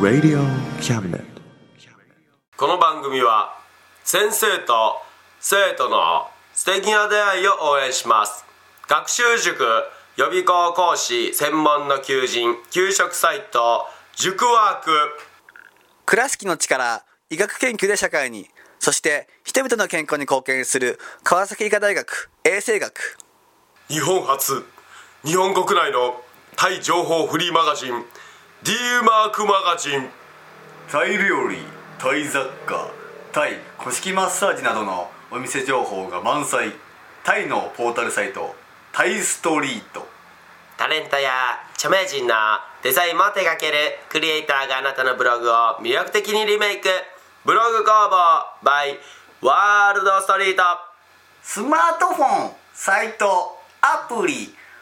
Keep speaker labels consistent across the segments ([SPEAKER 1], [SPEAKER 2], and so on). [SPEAKER 1] Radio Cabinet.
[SPEAKER 2] この番組は先生と生徒の素敵な出会いを応援します学習塾予備校講師専門の求人給食サイト塾ワーク
[SPEAKER 3] 倉敷の力医学研究で社会にそして人々の健康に貢献する川崎医科大学衛生学
[SPEAKER 2] 日本初日本国内のタイ情報フリーマガジン D マークマガジン
[SPEAKER 4] タイ料理タイ雑貨タイ古式マッサージなどのお店情報が満載タイのポータルサイトタイストリート
[SPEAKER 2] タレントや著名人のデザインも手掛けるクリエイターがあなたのブログを魅力的にリメイクブログ工房 by ワールドストリート
[SPEAKER 4] スマートフォンサイトアプリ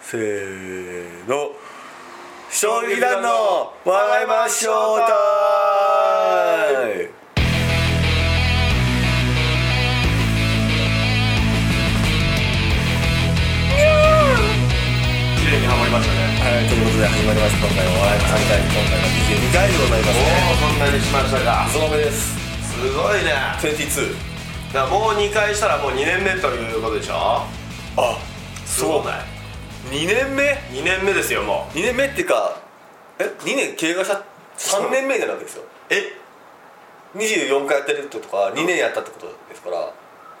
[SPEAKER 5] せーの将棋団の笑いましょうタイム
[SPEAKER 4] 綺麗にハマりましたね
[SPEAKER 5] はいということで始まりました今回は笑いましょうタイム今回が22回でございますね
[SPEAKER 2] おおそんなにしましたか
[SPEAKER 5] その目です
[SPEAKER 2] すごいね
[SPEAKER 5] 22
[SPEAKER 2] だからもう2回したらもう2年目ということでしょ
[SPEAKER 5] あ
[SPEAKER 2] すごない
[SPEAKER 5] 2年目
[SPEAKER 2] 2年目ですよもう
[SPEAKER 5] 2年目っていうかえ2年経過した3年目になるわけですよ
[SPEAKER 2] え
[SPEAKER 5] 24回やってるってことか2年やったってことですから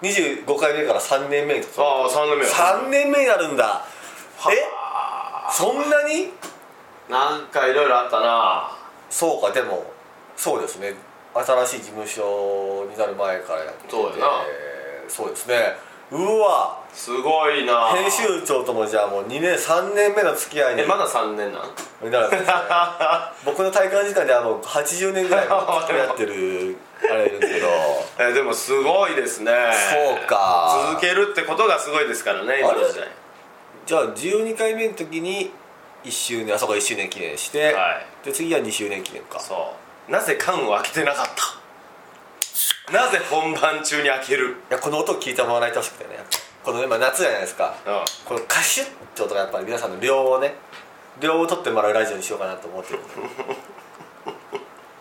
[SPEAKER 5] 25回目から3年目に突入
[SPEAKER 2] ああ3年目よ
[SPEAKER 5] 3年目になるんだえそんなに
[SPEAKER 2] なんかいろいろあったな
[SPEAKER 5] そうかでもそうですね新しい事務所になる前からやってて
[SPEAKER 2] そうやな
[SPEAKER 5] そうですねうわ
[SPEAKER 2] すごいな
[SPEAKER 5] 編集長ともじゃあもう2年3年目の付き合いに
[SPEAKER 2] えまだ3年なん
[SPEAKER 5] になるわけです ね僕の体感時間であの80年 ぐらいずっとやってるあれいるんですけど
[SPEAKER 2] えでもすごいですね
[SPEAKER 5] そうか
[SPEAKER 2] 続けるってことがすごいですからね今の時代
[SPEAKER 5] じゃあ12回目の時に1周年あそこ1周年記念して、
[SPEAKER 2] はい
[SPEAKER 5] で次は2周年記念か
[SPEAKER 2] そうなぜ缶を開けてなかったなぜ本番中に開ける
[SPEAKER 5] いやこの音を聞いてもらいてほしくてねこの今夏じゃないですか、
[SPEAKER 2] うん
[SPEAKER 5] このカシュッって音がやっぱり皆さんの両をね両を取ってもらうラジオにしようかなと思ってる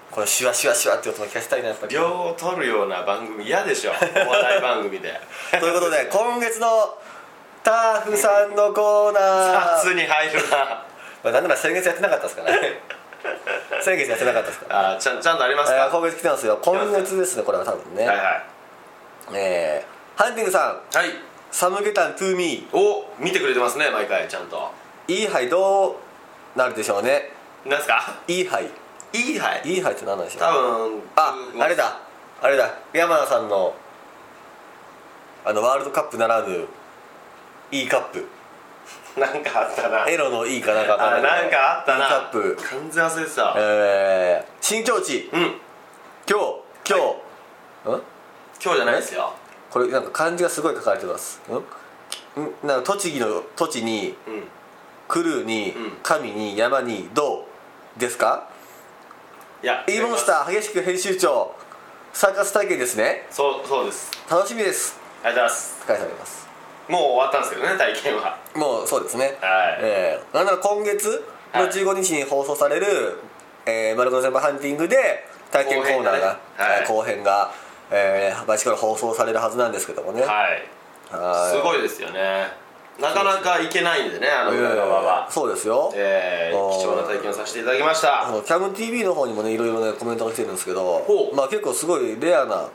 [SPEAKER 5] このシュワシュワシュワって音も聞かせたいなやっぱりと
[SPEAKER 2] 量を取るような番組嫌で しょお笑い番組で
[SPEAKER 5] いうことで今月のターフさんのコーナー
[SPEAKER 2] 夏に入るな
[SPEAKER 5] まあ、なんなら先月やってなかったですからね 先月やってなかったですから
[SPEAKER 2] あちゃんちゃんとあります
[SPEAKER 5] え
[SPEAKER 2] か
[SPEAKER 5] ー今月来てますよ今月ですねこれは多分ね、
[SPEAKER 2] はいはい
[SPEAKER 5] えーハンティングさん
[SPEAKER 2] はい
[SPEAKER 5] サムゲタントゥーミー
[SPEAKER 2] お見てくれてますね毎回ちゃんと
[SPEAKER 5] いい杯どうなるでしょうね
[SPEAKER 2] なんすか
[SPEAKER 5] いい杯
[SPEAKER 2] いいはい
[SPEAKER 5] いい杯って何なんでしょう
[SPEAKER 2] 多分
[SPEAKER 5] ああれだあれだ山名さんのあのワールドカップならぬいいカップ
[SPEAKER 2] なんかあったな
[SPEAKER 5] エロのいいかなんかわ
[SPEAKER 2] あ
[SPEAKER 5] んない
[SPEAKER 2] なんかあったな
[SPEAKER 5] カップ
[SPEAKER 2] 完全忘れてた
[SPEAKER 5] えー、新境地
[SPEAKER 2] うん
[SPEAKER 5] 今日今日、ん
[SPEAKER 2] 今日じゃないですよ
[SPEAKER 5] これなんか漢字がすごい書かれてますんんなんか栃木の栃に
[SPEAKER 2] うん
[SPEAKER 5] クルーに
[SPEAKER 2] ん
[SPEAKER 5] 神に山にどうですか
[SPEAKER 2] いや
[SPEAKER 5] E モンスター激しく編集長サーカス体験ですね
[SPEAKER 2] そうそうです
[SPEAKER 5] 楽しみです
[SPEAKER 2] ありがとうございます
[SPEAKER 5] 書かれてあります
[SPEAKER 2] もう終わったんですけどね体験は
[SPEAKER 5] もうそうですね、
[SPEAKER 2] はい
[SPEAKER 5] えーなんなら今月の15日に放送される「えーマルコの先輩ハンティング」で体験コーナーが
[SPEAKER 2] 後編がねはい
[SPEAKER 5] えー後編が,、えー、毎月から放送されるはずなんですけどもね、
[SPEAKER 2] はい
[SPEAKER 5] は
[SPEAKER 2] す
[SPEAKER 5] い
[SPEAKER 2] ごいですよねなかなか行けないんでねあの裏側は
[SPEAKER 5] えー、そうですよ、
[SPEAKER 2] えー
[SPEAKER 5] あー
[SPEAKER 2] 貴重な体験をさせていただきまし
[SPEAKER 5] あ
[SPEAKER 2] た
[SPEAKER 5] のキャム TV の方にもねいろいろねコメントが来てるんですけど
[SPEAKER 2] ほう
[SPEAKER 5] まあ結構すごいレアな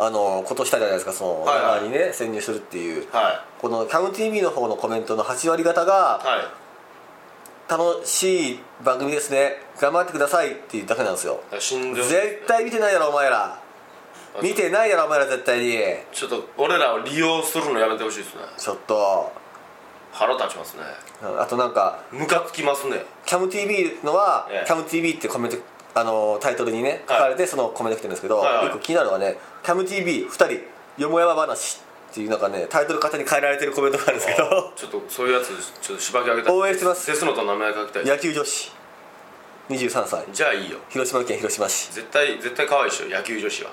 [SPEAKER 5] あのことしたじゃないですかその
[SPEAKER 2] はいはい
[SPEAKER 5] 中にね潜入するっていう
[SPEAKER 2] は
[SPEAKER 5] このキャム TV の方のコメントの8割方が
[SPEAKER 2] いはい
[SPEAKER 5] 楽しい番組ですね頑張ってくださいっていうだけなんですよ
[SPEAKER 2] 心臓
[SPEAKER 5] 絶対見てないやろお前ら見てないやろお前ら絶対に
[SPEAKER 2] ちょっと俺らを利用するのやめてほしいですね
[SPEAKER 5] ちょっと
[SPEAKER 2] 腹立ちますね
[SPEAKER 5] あとなんか
[SPEAKER 2] ムカつきますね
[SPEAKER 5] キャム TV のは、
[SPEAKER 2] ええ
[SPEAKER 5] キャム TV ってコメントあのタイトルにね書
[SPEAKER 2] はい
[SPEAKER 5] かれてそのコメント来てるんですけど、
[SPEAKER 2] はいはい
[SPEAKER 5] 一個気になるのはね「キャム TV2 人よもやま話」っていうなんかねタイトル勝手に変えられてるコメントがあるんですけど
[SPEAKER 2] ちょっとそういうやつちょっとしばき上げたい
[SPEAKER 5] 応援してます
[SPEAKER 2] デスノートの名前書きたい
[SPEAKER 5] 野球女子23歳
[SPEAKER 2] じゃあいいよ
[SPEAKER 5] 広島県広島市
[SPEAKER 2] 絶対絶対可愛いでしょ野球女子は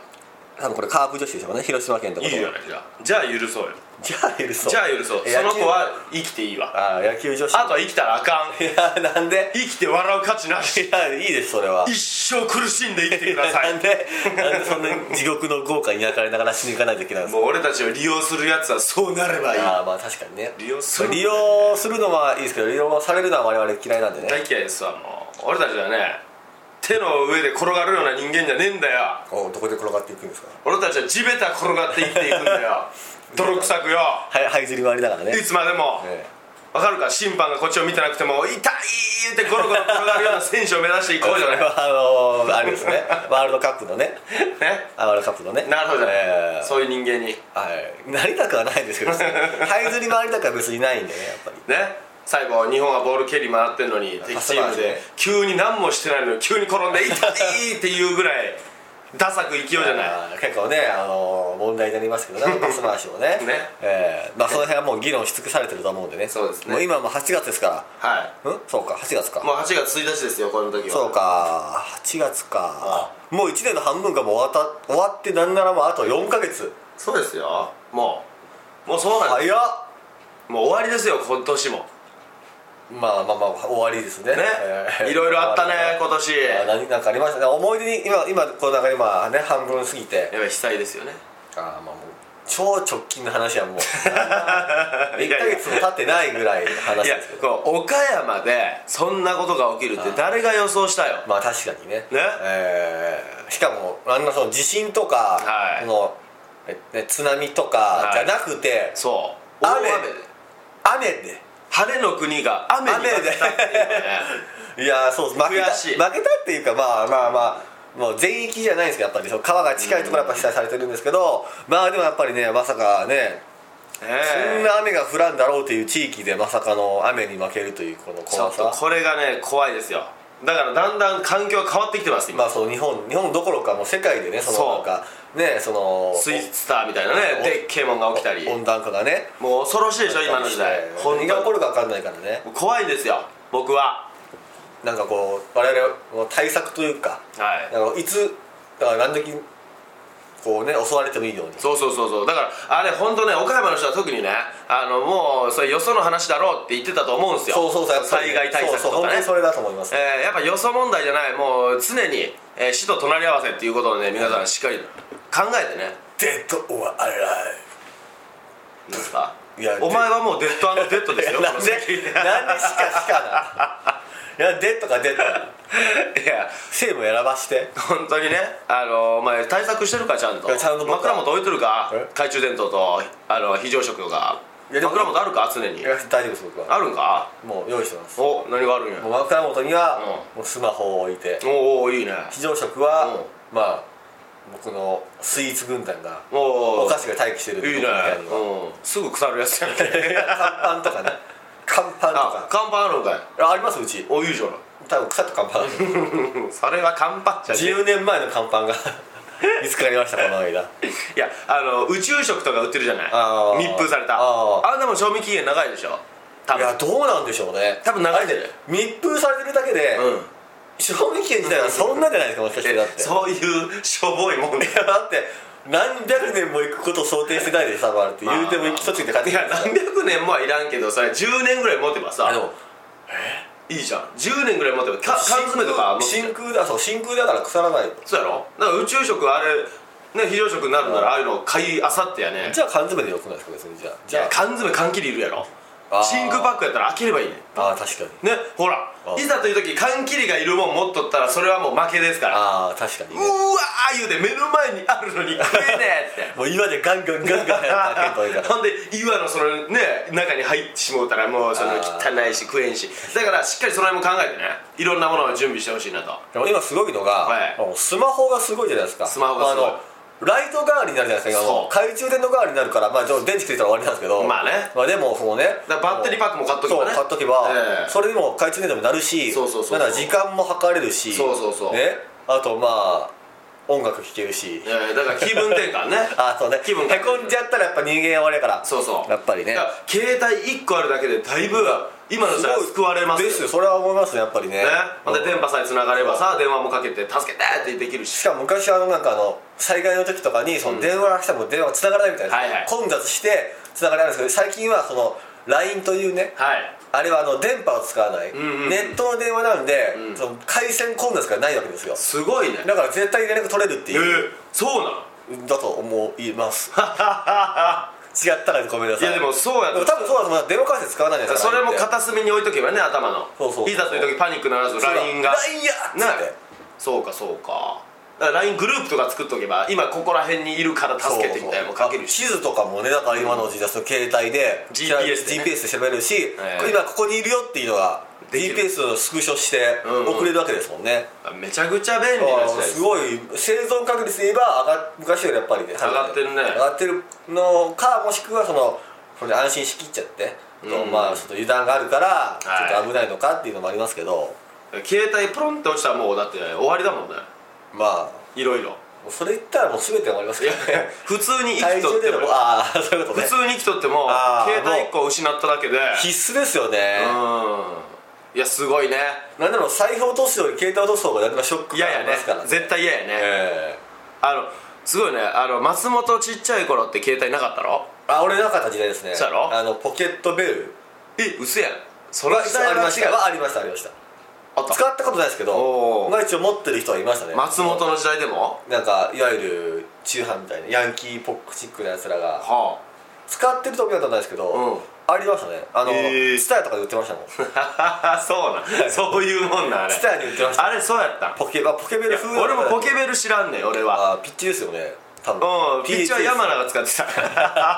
[SPEAKER 5] 多分これカープ女子でしょうね広島県ってこ
[SPEAKER 2] いい
[SPEAKER 5] と
[SPEAKER 2] じゃないじゃあじゃあ許そうよ
[SPEAKER 5] じゃあ許そう
[SPEAKER 2] じゃあ許そう
[SPEAKER 5] え
[SPEAKER 2] その
[SPEAKER 5] 野球
[SPEAKER 2] 子は生きていいわ
[SPEAKER 5] ああ野球女子
[SPEAKER 2] あとは生きたらあかん
[SPEAKER 5] いや なんで
[SPEAKER 2] 生きて笑う価値なし
[SPEAKER 5] いやいいですそれは
[SPEAKER 2] 一生苦しんで生きてください
[SPEAKER 5] なんでなんでそんなに地獄の豪華に焼かれながら死に行かないといけないんです
[SPEAKER 2] もう俺たちを利用するやつはそうなればいい
[SPEAKER 5] かああまあ確かにね
[SPEAKER 2] 利用する
[SPEAKER 5] 利用するのはいいですけど利用されるのは我々嫌いなんでね
[SPEAKER 2] 大嫌いですわもう俺たちはね手の上で転がるような人間じゃねえんだよ
[SPEAKER 5] おどこで転がっていくんですか
[SPEAKER 2] 俺たちは地べた転がって生きていくんだ よ泥臭くよ
[SPEAKER 5] はいはいずり回りながらね
[SPEAKER 2] いつまでも、
[SPEAKER 5] え
[SPEAKER 2] わかるか審判がこっちを見てなくても痛いってゴロゴロ転がるような選手を目指していこう
[SPEAKER 5] え
[SPEAKER 2] じゃない
[SPEAKER 5] あのーあ れですねワールドカップのね
[SPEAKER 2] ね
[SPEAKER 5] あワールドカップのね
[SPEAKER 2] なるほどじゃない、
[SPEAKER 5] ええ
[SPEAKER 2] そういう人間にね
[SPEAKER 5] はいなりたくはない んですけどはいずり回りたくは別にないんでねやっぱり
[SPEAKER 2] 最後日本がボール蹴り回ってんのに敵チーム
[SPEAKER 5] そうなん
[SPEAKER 2] で
[SPEAKER 5] ですね
[SPEAKER 2] 急に何もしてないのに急に転ん で痛いっていうぐらいダサく勢いじゃない
[SPEAKER 5] あー結構ね、あのー問題になりますけど ね、パス回しもね、
[SPEAKER 2] ね
[SPEAKER 5] えーまあ、その辺はもう議論し尽くされてると思うんでね、
[SPEAKER 2] そうですね
[SPEAKER 5] もう今もう8月ですか
[SPEAKER 2] はい
[SPEAKER 5] ら、うん、そうか、8月か、
[SPEAKER 2] もう8月1日ですよこの時は
[SPEAKER 5] そうか、8月か、もう1年の半分がもう終わった終わって、なんならもうあと4か月、
[SPEAKER 2] そうですよもうもうそうなんで
[SPEAKER 5] 早っ、
[SPEAKER 2] すもう終わりですよ今年もね、
[SPEAKER 5] まあまあまあ、終わりですね、えー
[SPEAKER 2] いろいろあったね今年
[SPEAKER 5] あ
[SPEAKER 2] やっ
[SPEAKER 5] 何なんかありましたね、思い出に、今、今こうなんか今、ね、半分過ぎて、
[SPEAKER 2] ぱり被災ですよ ね
[SPEAKER 5] あーまあもう超直近の話 はもう、1
[SPEAKER 2] いや
[SPEAKER 5] か
[SPEAKER 2] いや
[SPEAKER 5] 月も経ってないぐらいの話
[SPEAKER 2] いや
[SPEAKER 5] ですけど。
[SPEAKER 2] こう岡山でそんなことが起きるって誰が予想したよ
[SPEAKER 5] まあ確かにね
[SPEAKER 2] ね
[SPEAKER 5] えーしかもあんなその地震とか、
[SPEAKER 2] はい
[SPEAKER 5] そのえね津波とかじゃなくて、
[SPEAKER 2] そう大
[SPEAKER 5] 雨
[SPEAKER 2] 雨で
[SPEAKER 5] 雨で
[SPEAKER 2] 晴れの国が雨に負けたって いうね
[SPEAKER 5] いやーそう負けた
[SPEAKER 2] 悔しい
[SPEAKER 5] 負けたっていうかまあまあまあもう全域じゃないんですけどやっぱりその川が近いところはやっぱ被災されてるんですけど、まあでもやっぱりねまさかねそん
[SPEAKER 2] ねえ
[SPEAKER 5] な雨が降らんだろうという地域でまさかの雨に負けるというこの
[SPEAKER 2] ちょ
[SPEAKER 5] 怖
[SPEAKER 2] っと
[SPEAKER 5] さ
[SPEAKER 2] これがね怖いですよだからだんだん環境が変わってきてます今
[SPEAKER 5] まあそう日本日本どころかもう世界でねその
[SPEAKER 2] そ
[SPEAKER 5] な
[SPEAKER 2] うん
[SPEAKER 5] かねその
[SPEAKER 2] スイーツスターみたいな
[SPEAKER 5] お
[SPEAKER 2] ねでっけえもんが起きたり
[SPEAKER 5] 温暖化がね
[SPEAKER 2] もう恐ろしいでしょ今の時代本当
[SPEAKER 5] 何
[SPEAKER 2] に
[SPEAKER 5] が起こるか分かんないからね
[SPEAKER 2] 怖いですよ僕は
[SPEAKER 5] なんかこう我々の対策というか
[SPEAKER 2] はい
[SPEAKER 5] なんかいつだから何時こうね襲われてもいいように
[SPEAKER 2] そうそうそうそうだからあれ本当ね岡山の人は特にねあのもうそれよその話だろうって言ってたと思うんですよ
[SPEAKER 5] そうそうそうやっぱり
[SPEAKER 2] 災害対策
[SPEAKER 5] そうそ
[SPEAKER 2] と
[SPEAKER 5] う本
[SPEAKER 2] か
[SPEAKER 5] 当
[SPEAKER 2] ね
[SPEAKER 5] にそれだと思います、
[SPEAKER 2] えーやっぱよそ問題じゃないもう常に、えー死と隣り合わせっていうことをね皆さんしっかり考えてね
[SPEAKER 5] デッド・オア・アラ
[SPEAKER 2] なんですか
[SPEAKER 5] いや
[SPEAKER 2] お前はもうデッドアンドデッドです
[SPEAKER 5] イ
[SPEAKER 2] よ
[SPEAKER 5] ブなん でなんでしかしかないやデッドかデッド
[SPEAKER 2] いや
[SPEAKER 5] セーブ選ばして
[SPEAKER 2] 本当にねあのお前対策してるかちゃんと
[SPEAKER 5] いやちゃんと僕は
[SPEAKER 2] 枕元置いてるか
[SPEAKER 5] え
[SPEAKER 2] 懐中電灯とあの非常食とか
[SPEAKER 5] いやでも
[SPEAKER 2] 枕元あるか常に
[SPEAKER 5] いや大丈夫です僕は
[SPEAKER 2] あるんか
[SPEAKER 5] もう用意してますも
[SPEAKER 2] お何があるんや
[SPEAKER 5] う枕元には、もうスマホを置いて
[SPEAKER 2] おおいいね
[SPEAKER 5] 非常食は、まあ僕のスイーツ軍団が
[SPEAKER 2] おお
[SPEAKER 5] お菓子が待機してるんで
[SPEAKER 2] いいね
[SPEAKER 5] 僕の部屋には
[SPEAKER 2] うんすぐ腐るやつ やんけ
[SPEAKER 5] 乾パンとかね乾パンと
[SPEAKER 2] あ
[SPEAKER 5] か
[SPEAKER 2] 看板あるんかい
[SPEAKER 5] あありますうち
[SPEAKER 2] おいいじゃない
[SPEAKER 5] 多分腐った乾パンなんです
[SPEAKER 2] そ
[SPEAKER 5] よ
[SPEAKER 2] れは看板じゃねえ
[SPEAKER 5] 10年前の乾パンが 見つかりましたこの間
[SPEAKER 2] いやあの宇宙食とか売ってるじゃない
[SPEAKER 5] あー
[SPEAKER 2] 密封された
[SPEAKER 5] あー
[SPEAKER 2] あんなもん賞味期限長いでしょ多
[SPEAKER 5] いや
[SPEAKER 2] 分
[SPEAKER 5] どうなんでしょうね
[SPEAKER 2] 多分流れてる
[SPEAKER 5] 密封されてるだけで、
[SPEAKER 2] うん
[SPEAKER 5] 賞味期限自体はそんなじゃないですかもしかしてだって
[SPEAKER 2] そういうしょぼいもんで
[SPEAKER 5] いやだって何百年も行くことを想定してないでサバルって言うても一ついて帰って
[SPEAKER 2] い
[SPEAKER 5] き
[SPEAKER 2] や
[SPEAKER 5] たんで
[SPEAKER 2] 何
[SPEAKER 5] すよ
[SPEAKER 2] 百年もはいらんけどさ10年ぐらい持てば
[SPEAKER 5] あ
[SPEAKER 2] さ
[SPEAKER 5] でも
[SPEAKER 2] いいじゃん10年ぐらい持てばか缶詰とか持って
[SPEAKER 5] 真空だそう真空だから腐らない
[SPEAKER 2] そうやろだから宇宙食あれね非常食になるならああいうのを買いあさってやね
[SPEAKER 5] じゃあ缶詰でよくないですか別にじゃあじ
[SPEAKER 2] じ
[SPEAKER 5] ゃ
[SPEAKER 2] ゃあ缶詰缶切りいるやろ
[SPEAKER 5] あー
[SPEAKER 2] 真空パックやったら開ければいいね
[SPEAKER 5] ああー確かに
[SPEAKER 2] ねほら
[SPEAKER 5] あ
[SPEAKER 2] いざという時缶切りがいるもん持っとったらそれはもう負けですから
[SPEAKER 5] ああ確かに
[SPEAKER 2] うわ
[SPEAKER 5] ね
[SPEAKER 2] ー言うて目の前にあるのに食えねえって
[SPEAKER 5] もう今でガンガンガンガンやってあげといたら
[SPEAKER 2] ほんで 岩のそのね中に入ってしもうたらもうその
[SPEAKER 5] あー
[SPEAKER 2] 汚いし食えんしだからしっかりその辺も考えてねいろんなものを準備してほしいなと
[SPEAKER 5] でも今すごいのが、
[SPEAKER 2] はい
[SPEAKER 5] もうスマホがすごいじゃないですか
[SPEAKER 2] スマホがすごい
[SPEAKER 5] あのライト代わりになるじゃないですか今も
[SPEAKER 2] そう
[SPEAKER 5] う懐中電灯代わりになるからまあじゃあ電池切れたら終わりなんですけど
[SPEAKER 2] まあね
[SPEAKER 5] まあでもそのね
[SPEAKER 2] だからバッテリーパックも買っとけばね
[SPEAKER 5] そう買っとけば、
[SPEAKER 2] ええ
[SPEAKER 5] それでも懐中電灯になるし
[SPEAKER 2] そうそうそうそう
[SPEAKER 5] なんなら時間も測れるし
[SPEAKER 2] そうそうそう
[SPEAKER 5] ねあとまあ音楽聴けるし
[SPEAKER 2] えーだから気分転換ね
[SPEAKER 5] あそうね
[SPEAKER 2] 気分
[SPEAKER 5] へこんじゃったらやっぱ人間終わりやから
[SPEAKER 2] そうそう
[SPEAKER 5] やっぱりね
[SPEAKER 2] だから携帯1個あるだけでだいぶ今の人は
[SPEAKER 5] すごい
[SPEAKER 2] 救われますよ
[SPEAKER 5] ですよそれは思いますねやっぱりね
[SPEAKER 2] ねまた電波さえ繋がればさ電話もかけて「助けて!」ってできる
[SPEAKER 5] し
[SPEAKER 2] し
[SPEAKER 5] かも昔あのなんかあの災害の時とかにその電話が来ても電話が繋がらないみたいな、
[SPEAKER 2] はいはい
[SPEAKER 5] 混雑して繋がらないんですけど最近はその LINE というね
[SPEAKER 2] はい
[SPEAKER 5] あれはあの電波を使わない、
[SPEAKER 2] んうん
[SPEAKER 5] ネットの電話なんで、
[SPEAKER 2] うん
[SPEAKER 5] その回線混雑がないわけですよ
[SPEAKER 2] すごいね
[SPEAKER 5] だから絶対に連絡取れるって
[SPEAKER 2] え
[SPEAKER 5] いう、
[SPEAKER 2] ーそうなの
[SPEAKER 5] だと思います違ったらごめんな さ
[SPEAKER 2] い
[SPEAKER 5] い
[SPEAKER 2] やでもそうや
[SPEAKER 5] でも
[SPEAKER 2] と
[SPEAKER 5] 多分そうだと思う電話回線使わないじゃないです
[SPEAKER 2] そ
[SPEAKER 5] か
[SPEAKER 2] れも
[SPEAKER 5] LINE って
[SPEAKER 2] 片隅に置いとけばね頭の
[SPEAKER 5] そうそうそう
[SPEAKER 2] いざという時パニックならず LINE が
[SPEAKER 5] LINE やっつって
[SPEAKER 2] ねそうかそうかだから LINE グループとか作っとけば今ここら辺にいるから助けてみたいなのもかけるし
[SPEAKER 5] そうそう地図とかもねだから今の時代その携帯で
[SPEAKER 2] GPS でね
[SPEAKER 5] GPS で調べるし、
[SPEAKER 2] ええ
[SPEAKER 5] 今ここにいるよっていうのが
[SPEAKER 2] できる
[SPEAKER 5] GPS をスクショして
[SPEAKER 2] うんうん
[SPEAKER 5] 送れるわけですもんね、
[SPEAKER 2] めちゃくちゃ便利な時代です
[SPEAKER 5] すごい生存確率で言えば上が昔よりやっぱりね上
[SPEAKER 2] がってるね
[SPEAKER 5] 上がってるのかもしくはそのそれで安心しきっちゃって、と
[SPEAKER 2] うん
[SPEAKER 5] まあちょっと油断があるからち
[SPEAKER 2] はい
[SPEAKER 5] ょっと危ないのかっていうのもありますけど、
[SPEAKER 2] 携帯ポロンって落ちたらもうだって終わりだもんね
[SPEAKER 5] まあ
[SPEAKER 2] いろいろ
[SPEAKER 5] それ言ったらもう全て終わります
[SPEAKER 2] い
[SPEAKER 5] け
[SPEAKER 2] や
[SPEAKER 5] どね
[SPEAKER 2] 普通に生
[SPEAKER 5] 体
[SPEAKER 2] きと
[SPEAKER 5] 重
[SPEAKER 2] っ
[SPEAKER 5] で
[SPEAKER 2] て
[SPEAKER 5] の
[SPEAKER 2] も
[SPEAKER 5] ああそういうこと
[SPEAKER 2] 普
[SPEAKER 5] ね
[SPEAKER 2] 通に生きとっても
[SPEAKER 5] あー
[SPEAKER 2] 携帯1個失っただけで
[SPEAKER 5] 必須ですよね
[SPEAKER 2] うんいやすごいね
[SPEAKER 5] なんだろう財布落とすより携帯落とす方がだいぶショックが
[SPEAKER 2] 嫌
[SPEAKER 5] あ
[SPEAKER 2] や
[SPEAKER 5] り
[SPEAKER 2] ね
[SPEAKER 5] ますからね
[SPEAKER 2] 絶対嫌やね、
[SPEAKER 5] え
[SPEAKER 2] あのすごいねあの松本ちっちゃい頃って携帯なかったろ
[SPEAKER 5] えあ俺なかった時代ですね
[SPEAKER 2] そうやろ
[SPEAKER 5] あのポケットベル
[SPEAKER 2] え嘘やんそ
[SPEAKER 5] は
[SPEAKER 2] の時代は
[SPEAKER 5] ありま
[SPEAKER 2] 違
[SPEAKER 5] した
[SPEAKER 2] う
[SPEAKER 5] はありましたありました
[SPEAKER 2] あった
[SPEAKER 5] 使ったことないですけ
[SPEAKER 2] お
[SPEAKER 5] ど
[SPEAKER 2] ー
[SPEAKER 5] まあ一応持ってる人はいましたね
[SPEAKER 2] 松本の時代でも
[SPEAKER 5] なんかいわゆる中販みたいなヤンキーポックチックなやつらが
[SPEAKER 2] は
[SPEAKER 5] 使ってる時だったんですけど、
[SPEAKER 2] うん
[SPEAKER 5] ありましたねあの、
[SPEAKER 2] へえ
[SPEAKER 5] ツタヤとかで売ってましたもんツ
[SPEAKER 2] あ そうなんそういうもんなんあれ
[SPEAKER 5] タヤに売ってました
[SPEAKER 2] あれそうやったん
[SPEAKER 5] ポケ,、まあ、ポケベ
[SPEAKER 2] い
[SPEAKER 5] ル
[SPEAKER 2] や
[SPEAKER 5] 風
[SPEAKER 2] 俺もポケ
[SPEAKER 5] ル
[SPEAKER 2] ベル知らんねん俺は
[SPEAKER 5] あーピッチですよね多分
[SPEAKER 2] うんピッチは山名が使ってた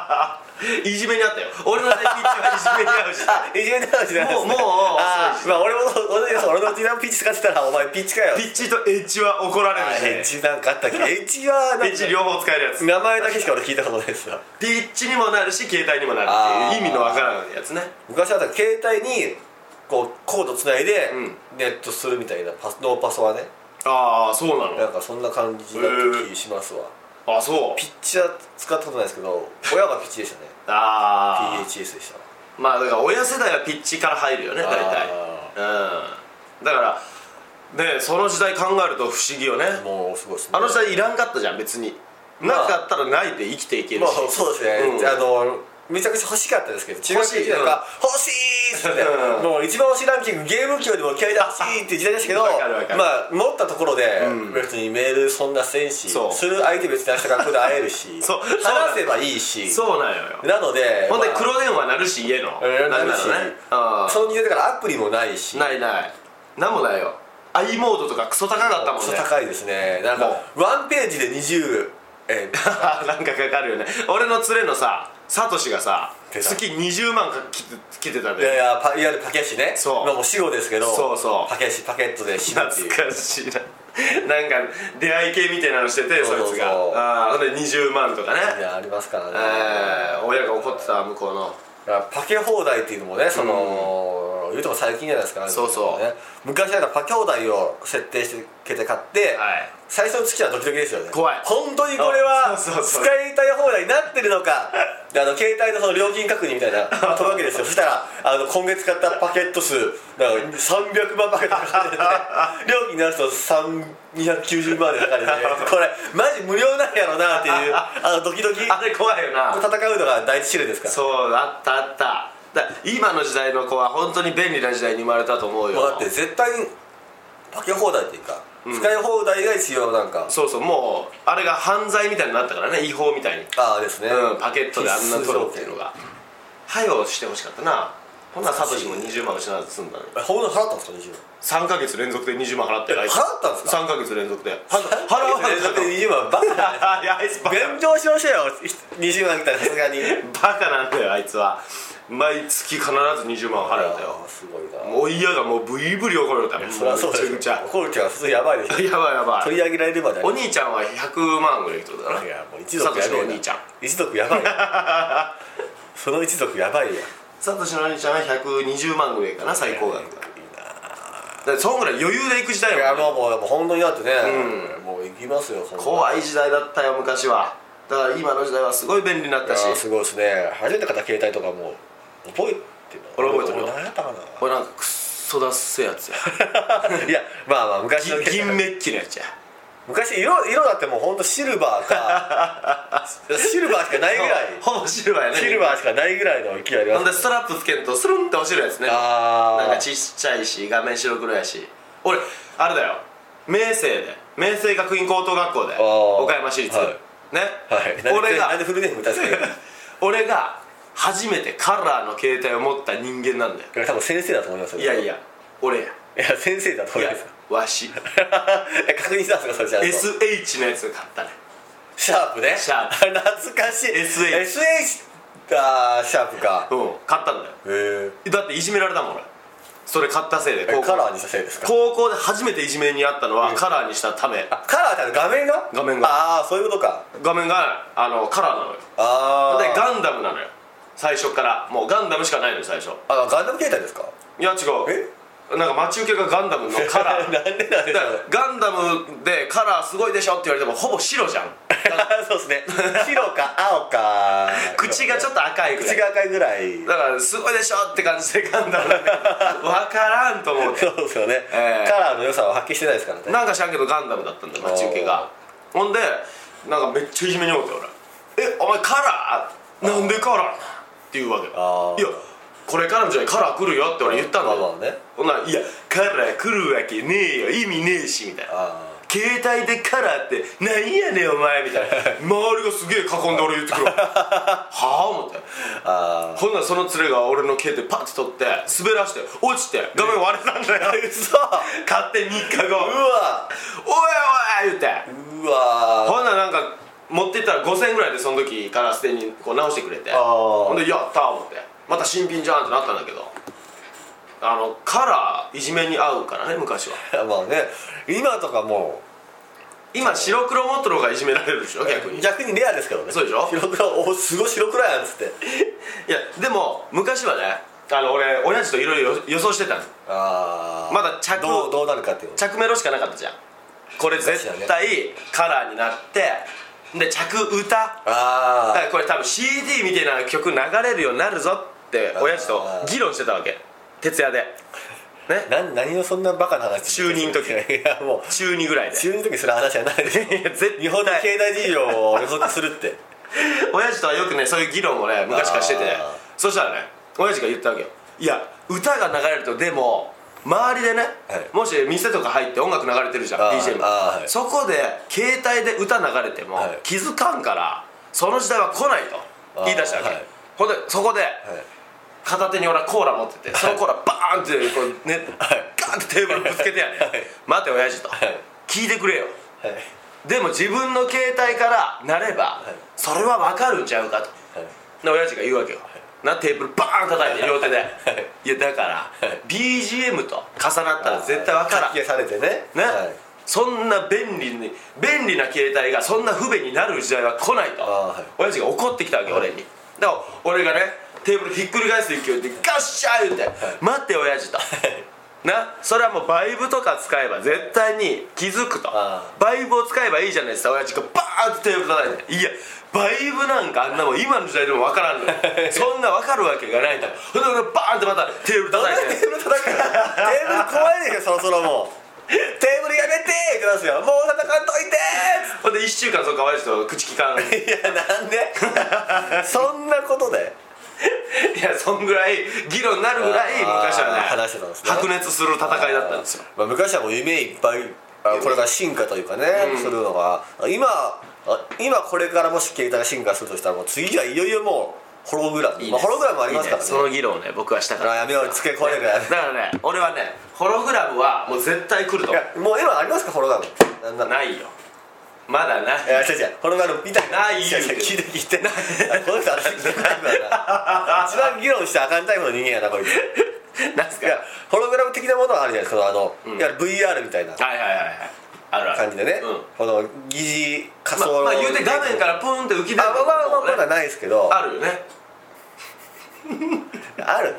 [SPEAKER 2] いじめにあったよ俺の時代ピッチはいじめにあうし
[SPEAKER 5] あいじめてたん じゃないです
[SPEAKER 2] もうもう
[SPEAKER 5] あーまあ俺も俺も俺の時代のピッチ使ってたらお前ピッチかよ
[SPEAKER 2] ピッチとエッジは怒られ
[SPEAKER 5] あエ
[SPEAKER 2] る
[SPEAKER 5] ッ
[SPEAKER 2] し
[SPEAKER 5] ジなんかあったっけエッジはな
[SPEAKER 2] ね
[SPEAKER 5] んか
[SPEAKER 2] エッジ両方使えるやつ
[SPEAKER 5] 名前だけしか俺聞いたことないですわ
[SPEAKER 2] ピッチにもなるし携帯にもなるっていう意味のわからないやつね
[SPEAKER 5] 昔はだから携帯にこうコードつないで
[SPEAKER 2] うん
[SPEAKER 5] ネットするみたいなパスノーパソはね
[SPEAKER 2] ああそうな
[SPEAKER 5] な
[SPEAKER 2] の
[SPEAKER 5] んかそんな感じだった気しますわ
[SPEAKER 2] あそう
[SPEAKER 5] ピッチは使ったことないですけど親がピッチでしたね
[SPEAKER 2] ああ
[SPEAKER 5] PHS でした
[SPEAKER 2] まあだから親世代 はピッチから入るよね大体うんだからねその時代考えると不思議よね
[SPEAKER 5] もうすごいですね
[SPEAKER 2] あの時代いらんかったじゃん別にな
[SPEAKER 5] まあ
[SPEAKER 2] かったらないで生きていける
[SPEAKER 5] まあ
[SPEAKER 2] し
[SPEAKER 5] そうですね、
[SPEAKER 2] うん
[SPEAKER 5] あのめちゃくちゃ欲しかったですけど中学生時代が「欲しい!」っつって、
[SPEAKER 2] うん
[SPEAKER 5] もう一番欲しいランキングゲーム機よりも携帯欲しいっていう時代でしたけど
[SPEAKER 2] わかるわかる
[SPEAKER 5] まあ持ったところで
[SPEAKER 2] ん
[SPEAKER 5] 別にメールそんなせんし、
[SPEAKER 2] そう
[SPEAKER 5] する相手別に明日学校で会える し
[SPEAKER 2] そうそう
[SPEAKER 5] 話せばいいし
[SPEAKER 2] そうなんよよ
[SPEAKER 5] なので
[SPEAKER 2] ほんで
[SPEAKER 5] まあ
[SPEAKER 2] 黒電話なるし家の
[SPEAKER 5] うんな
[SPEAKER 2] な
[SPEAKER 5] る
[SPEAKER 2] だ
[SPEAKER 5] し、
[SPEAKER 2] ねあ
[SPEAKER 5] その時代だからアプリもないし
[SPEAKER 2] ないないなんもないよ i モードとかクソ高かったもんね
[SPEAKER 5] そう高いですねなんか
[SPEAKER 2] も
[SPEAKER 5] ワンページで20 円
[SPEAKER 2] なんかかかるよね俺の連れのさサトシがさ
[SPEAKER 5] 出た
[SPEAKER 2] 月20万かき来てた
[SPEAKER 5] いやい
[SPEAKER 2] で
[SPEAKER 5] やパいわゆるパケッシュね
[SPEAKER 2] そう
[SPEAKER 5] まあもう死後ですけど
[SPEAKER 2] そうそう
[SPEAKER 5] パケッシュパケットで死ぬってい
[SPEAKER 2] 懐
[SPEAKER 5] う
[SPEAKER 2] かしいな なんか出会い系みたいなのしててそ
[SPEAKER 5] そうそうそう
[SPEAKER 2] いつがああほんで20万とかね
[SPEAKER 5] いやありますからね、
[SPEAKER 2] えー親が怒ってた向こうの
[SPEAKER 5] だからパケ放題っていうのもねその、言うても最近じゃないですか、ね、
[SPEAKER 2] そうそう
[SPEAKER 5] 昔だからパケ放題を設定して携帯買って、
[SPEAKER 2] はい
[SPEAKER 5] 最初の月はドキドキですよね
[SPEAKER 2] 怖い
[SPEAKER 5] 本当にこれは
[SPEAKER 2] そ
[SPEAKER 5] 使
[SPEAKER 2] うそうそう
[SPEAKER 5] いたい放題になってるのかであの携帯のその料金確認 みたいなのが飛ぶわけですよそしたらあの今月買ったパケット数なんか300万パケットか かってて料金になると290万でかかっててこれマジ無料なんやろなっていうあのドキドキ
[SPEAKER 2] あれ怖いよな
[SPEAKER 5] 戦うのが第一種類ですから
[SPEAKER 2] そうあったあっただ今の時代の子は本当に便利な時代に生まれたと思うよ
[SPEAKER 5] もうだって絶対にパケ放題っていうか、
[SPEAKER 2] ん
[SPEAKER 5] 使い放題が一応なんか
[SPEAKER 2] そうそうもうあれが犯罪みたいになったからね違法みたいに
[SPEAKER 5] ああですね、
[SPEAKER 2] うん、パケットであんな取るっていうの
[SPEAKER 5] が
[SPEAKER 2] が配をしてほしかったなほんならサトシも20万失わず済んだね
[SPEAKER 5] ほんの払ったんですか20万
[SPEAKER 2] 3か月連続で20万払って
[SPEAKER 5] え払ったんすか
[SPEAKER 2] 3か月連続で払
[SPEAKER 5] 払わな
[SPEAKER 2] 払
[SPEAKER 5] だ
[SPEAKER 2] っ
[SPEAKER 5] ってて20万バカだね
[SPEAKER 2] いやあいつバカ
[SPEAKER 5] 勉強しましたよ20万来たらさすがに
[SPEAKER 2] バカなんだよあいつは毎月必ず20万払うんだよ
[SPEAKER 5] あーすごいな
[SPEAKER 2] もう嫌がもうブリブリ怒るよだよ
[SPEAKER 5] そりゃそうだよ
[SPEAKER 2] めちゃく
[SPEAKER 5] 怒るっていうのは普通やばいでし
[SPEAKER 2] ちゃ
[SPEAKER 5] ょ
[SPEAKER 2] やばいやば
[SPEAKER 5] 取
[SPEAKER 2] い
[SPEAKER 5] り上げられればだ
[SPEAKER 2] お兄ちゃんは100万ぐらいってことだない
[SPEAKER 5] やもう一族やべ
[SPEAKER 2] サトシ
[SPEAKER 5] え
[SPEAKER 2] のお
[SPEAKER 5] な
[SPEAKER 2] 兄ちゃん
[SPEAKER 5] 一族や ばいよその一族やばいよ
[SPEAKER 2] サトシのお兄ちゃんは120万ぐらいかな最高額がだからそんぐらい余裕で行く時代
[SPEAKER 5] いや
[SPEAKER 2] よ
[SPEAKER 5] もうもうもう本当にだってね、もう行きますよそんな
[SPEAKER 2] 怖い時代だったよ昔はだから今の時代はすごい便利になっ
[SPEAKER 5] いや
[SPEAKER 2] たし
[SPEAKER 5] ーすごいですね初めて買った携帯とかもう覚えてる
[SPEAKER 2] 俺覚えてるよ
[SPEAKER 5] 俺何やったか
[SPEAKER 2] これなんかクッソだっせや つや
[SPEAKER 5] ないやまあまあ昔の
[SPEAKER 2] 銀銀メッキのやつや
[SPEAKER 5] 昔色色だってもう本当シルバーか シルバーしかないぐらい
[SPEAKER 2] ほぼシルバーやね
[SPEAKER 5] シルバーしかないぐらいの勢いあり
[SPEAKER 2] ほん
[SPEAKER 5] ま
[SPEAKER 2] ですストラップつけるとスルンって落ちるやつねな
[SPEAKER 5] あ
[SPEAKER 2] んか
[SPEAKER 5] ー
[SPEAKER 2] ちっちゃいし画面白黒やし俺あれだよ明星で明星学院高等学校で
[SPEAKER 5] ー
[SPEAKER 2] 岡山市立、
[SPEAKER 5] はい
[SPEAKER 2] ね、
[SPEAKER 5] はい
[SPEAKER 2] 俺
[SPEAKER 5] なん
[SPEAKER 2] が
[SPEAKER 5] でフルネーム出す の
[SPEAKER 2] 俺が初めてカラーの携帯を持った人間なんだよ
[SPEAKER 5] いや多分先生だと思いますよ
[SPEAKER 2] いやいや俺や
[SPEAKER 5] いや先生だと
[SPEAKER 2] い
[SPEAKER 5] 思い
[SPEAKER 2] や
[SPEAKER 5] ます
[SPEAKER 2] わし
[SPEAKER 5] 確認したんですかそれじゃあ
[SPEAKER 2] SH のやつ買ったね
[SPEAKER 5] シャープね
[SPEAKER 2] シャー
[SPEAKER 5] 懐かしい
[SPEAKER 2] SH
[SPEAKER 5] SH あーシャープか
[SPEAKER 2] うん買ったんだよ
[SPEAKER 5] へ
[SPEAKER 2] だっていじめられたもん俺それ買ったせいで
[SPEAKER 5] え
[SPEAKER 2] 高
[SPEAKER 5] カ
[SPEAKER 2] 校
[SPEAKER 5] ラーにしたせいですか
[SPEAKER 2] 高校で初めていじめにあったのはカラーにしたため
[SPEAKER 5] あカラーってあの画面が
[SPEAKER 2] 画面が
[SPEAKER 5] ああそういうことか
[SPEAKER 2] 画面があのカラーなのよ
[SPEAKER 5] ああ
[SPEAKER 2] でガンダムなのよ最初からもうガンダムしかないのよ最初
[SPEAKER 5] あガンダム携帯ですか
[SPEAKER 2] いや違うなんか待ち受けがガンダムのカラー だ
[SPEAKER 5] なんでなんでし
[SPEAKER 2] か
[SPEAKER 5] ょう
[SPEAKER 2] らガンダムでカラーすごいでしょって言われてもほぼ白じゃん
[SPEAKER 5] そうですね白か青か
[SPEAKER 2] 口がちょっと赤いぐらい
[SPEAKER 5] 口が赤いぐらい
[SPEAKER 2] だからすごいでしょって感じでガンダムで わからんと思うて
[SPEAKER 5] そうですよね、
[SPEAKER 2] ええ
[SPEAKER 5] カラーの良さは発揮してないですからね
[SPEAKER 2] なんか知らんけどガンダムだったんだよ待ち受けがほんでなんかめっちゃいじめにおって俺「えお前カラーなんでカラー?」って言うわけ
[SPEAKER 5] あー
[SPEAKER 2] いやこれからの時代カラー来るよって俺言ったんだ
[SPEAKER 5] まあ
[SPEAKER 2] よ
[SPEAKER 5] まあね
[SPEAKER 2] ほんなら「いやカラー来るわけねえよ意味ねえし」みたいな
[SPEAKER 5] あ
[SPEAKER 2] 「携帯でカラーってなんやねんお前」みた いな周りがすげえ囲んで俺言ってくるわはあ思って
[SPEAKER 5] ーあ
[SPEAKER 2] ほんならその連れが俺の携帯パッて取って滑らして落ちて画面割れたんだよ
[SPEAKER 5] 嘘
[SPEAKER 2] 勝手に3日後
[SPEAKER 5] うわ
[SPEAKER 2] おいおい言って
[SPEAKER 5] うわ
[SPEAKER 2] ほんならなんか持ってったら5000円ぐらいでその時からすでにこう直してくれて
[SPEAKER 5] あー
[SPEAKER 2] ほんで「やった!」思ってまた新品じゃんってなったんだけどあのカラーいじめに合うからね昔は
[SPEAKER 5] まあね今とかも
[SPEAKER 2] 今白黒持っとる方がいじめられるでしょ逆
[SPEAKER 5] う
[SPEAKER 2] に
[SPEAKER 5] 逆にレアですけどね
[SPEAKER 2] そうでしょ
[SPEAKER 5] 白黒おすごい白黒やんっつって
[SPEAKER 2] いやでも昔はねあの俺親父といろいろ予想してたの
[SPEAKER 5] ああ
[SPEAKER 2] まだ着
[SPEAKER 5] どうどうなるかっていうの
[SPEAKER 2] 着メロしかなかったじゃんこれ絶対カラーになってで着歌だか
[SPEAKER 5] あ
[SPEAKER 2] らこれ多分 CD みたいな曲流れるようになるぞって親父と議論してたわけ徹夜で
[SPEAKER 5] あ
[SPEAKER 2] ね
[SPEAKER 5] な何をそんなバカな話
[SPEAKER 2] 中二の時
[SPEAKER 5] いやもう
[SPEAKER 2] 中2ぐらいで
[SPEAKER 5] 中二の時する話じゃないでしょ
[SPEAKER 2] 絶対
[SPEAKER 5] 日本の経済事情を予測するって
[SPEAKER 2] 親父とはよくねそういう議論をね昔からしてて
[SPEAKER 5] あー
[SPEAKER 2] そしたらね親父が言ったわけよいや歌が流れるとでも周りでね、
[SPEAKER 5] はい
[SPEAKER 2] もし店とか入って音楽流れてるじゃ
[SPEAKER 5] あ
[SPEAKER 2] ん
[SPEAKER 5] ー
[SPEAKER 2] BGM
[SPEAKER 5] あーはい
[SPEAKER 2] そこで携帯で歌流れても
[SPEAKER 5] はい
[SPEAKER 2] 気づかんからその時代は来ないと言い出したわけ、
[SPEAKER 5] あーはい
[SPEAKER 2] ほんでそこで
[SPEAKER 5] はい
[SPEAKER 2] 片手に俺はコーラ持っててそのコーラバーンってこうね、
[SPEAKER 5] はい
[SPEAKER 2] ガーンってテーブルぶつけてやね、
[SPEAKER 5] はい
[SPEAKER 2] 待て親父と、
[SPEAKER 5] はい
[SPEAKER 2] 聞いてくれよ
[SPEAKER 5] はい
[SPEAKER 2] でも自分の携帯からなれば、
[SPEAKER 5] い
[SPEAKER 2] それは分かるんちゃうかと
[SPEAKER 5] はい
[SPEAKER 2] な親父が言うわけよ、なテーブルバーン叩いて両手で、い、やだから、BGM と重なったら絶対分からん
[SPEAKER 5] 書き消されてね
[SPEAKER 2] ね、
[SPEAKER 5] はい
[SPEAKER 2] そんな便利に便利な携帯がそんな不便になる時代は来ないと、
[SPEAKER 5] あーはい
[SPEAKER 2] 親父が怒ってきたわけ、俺にだから俺がねテーブルひっくり返す勢いでガッシャー言うて「待って親父と」なそれはもうバイブとか使えば絶対に気づくと
[SPEAKER 5] あ
[SPEAKER 2] バイブを使えばいいじゃないですか親父がバーンってテーブル叩いて「いやバイブなんかあんなもん今の時代でも分からんのよそんな分かるわけがないと」ほんで俺バーンってまたテーブル
[SPEAKER 5] どん
[SPEAKER 2] 叩
[SPEAKER 5] ないテ
[SPEAKER 2] て
[SPEAKER 5] ーブル叩くのテーブル怖いでしょそろそろ もうテーブルやめてーってなすよもう叩かんといて
[SPEAKER 2] ほんで1週間そっか親父と口きかん
[SPEAKER 5] ーっつっていやな んでそんなことで
[SPEAKER 2] いやそんぐらい議論になるぐらい昔はね
[SPEAKER 5] あー話してたんですね
[SPEAKER 2] 白熱する戦いだったんですよ、
[SPEAKER 5] まあ、昔はもう夢いっぱいあこれから進化というかね、するのがあ今あ今これからもし携帯が進化するとしたらもう次はいよいよもうホログラ
[SPEAKER 2] い
[SPEAKER 5] ム
[SPEAKER 2] いね
[SPEAKER 5] まあ、ホログラムありますから
[SPEAKER 2] いい
[SPEAKER 5] ね
[SPEAKER 2] ねその議論をね僕はしたか
[SPEAKER 5] あ
[SPEAKER 2] ら
[SPEAKER 5] やめよう付け加えるから やめよ
[SPEAKER 2] だからね俺はねホログラムはもう絶対来ると
[SPEAKER 5] ういやもう今ありますかホログラムなんなん
[SPEAKER 2] ないよまだない
[SPEAKER 5] いや違う違うホログラムみたい
[SPEAKER 2] ない
[SPEAKER 5] 違う違う聞いて聞いて
[SPEAKER 2] ない
[SPEAKER 5] あこの人あれ聞いてないからな一番番議論してあかんタイプの人間やなこいつ
[SPEAKER 2] なんす
[SPEAKER 5] い
[SPEAKER 2] か
[SPEAKER 5] やホログラム的なものはあるじゃないですかそのあの、
[SPEAKER 2] ん
[SPEAKER 5] いわゆる VR みたいな
[SPEAKER 2] はいはいはいはいあるある
[SPEAKER 5] 感じでね、
[SPEAKER 2] うん
[SPEAKER 5] この疑似仮想
[SPEAKER 2] まあ
[SPEAKER 5] の、
[SPEAKER 2] まあ言うて画面からプーンって浮き出る
[SPEAKER 5] あまあまあまあまだ
[SPEAKER 2] ね
[SPEAKER 5] ないですけど
[SPEAKER 2] あるよね
[SPEAKER 5] あるの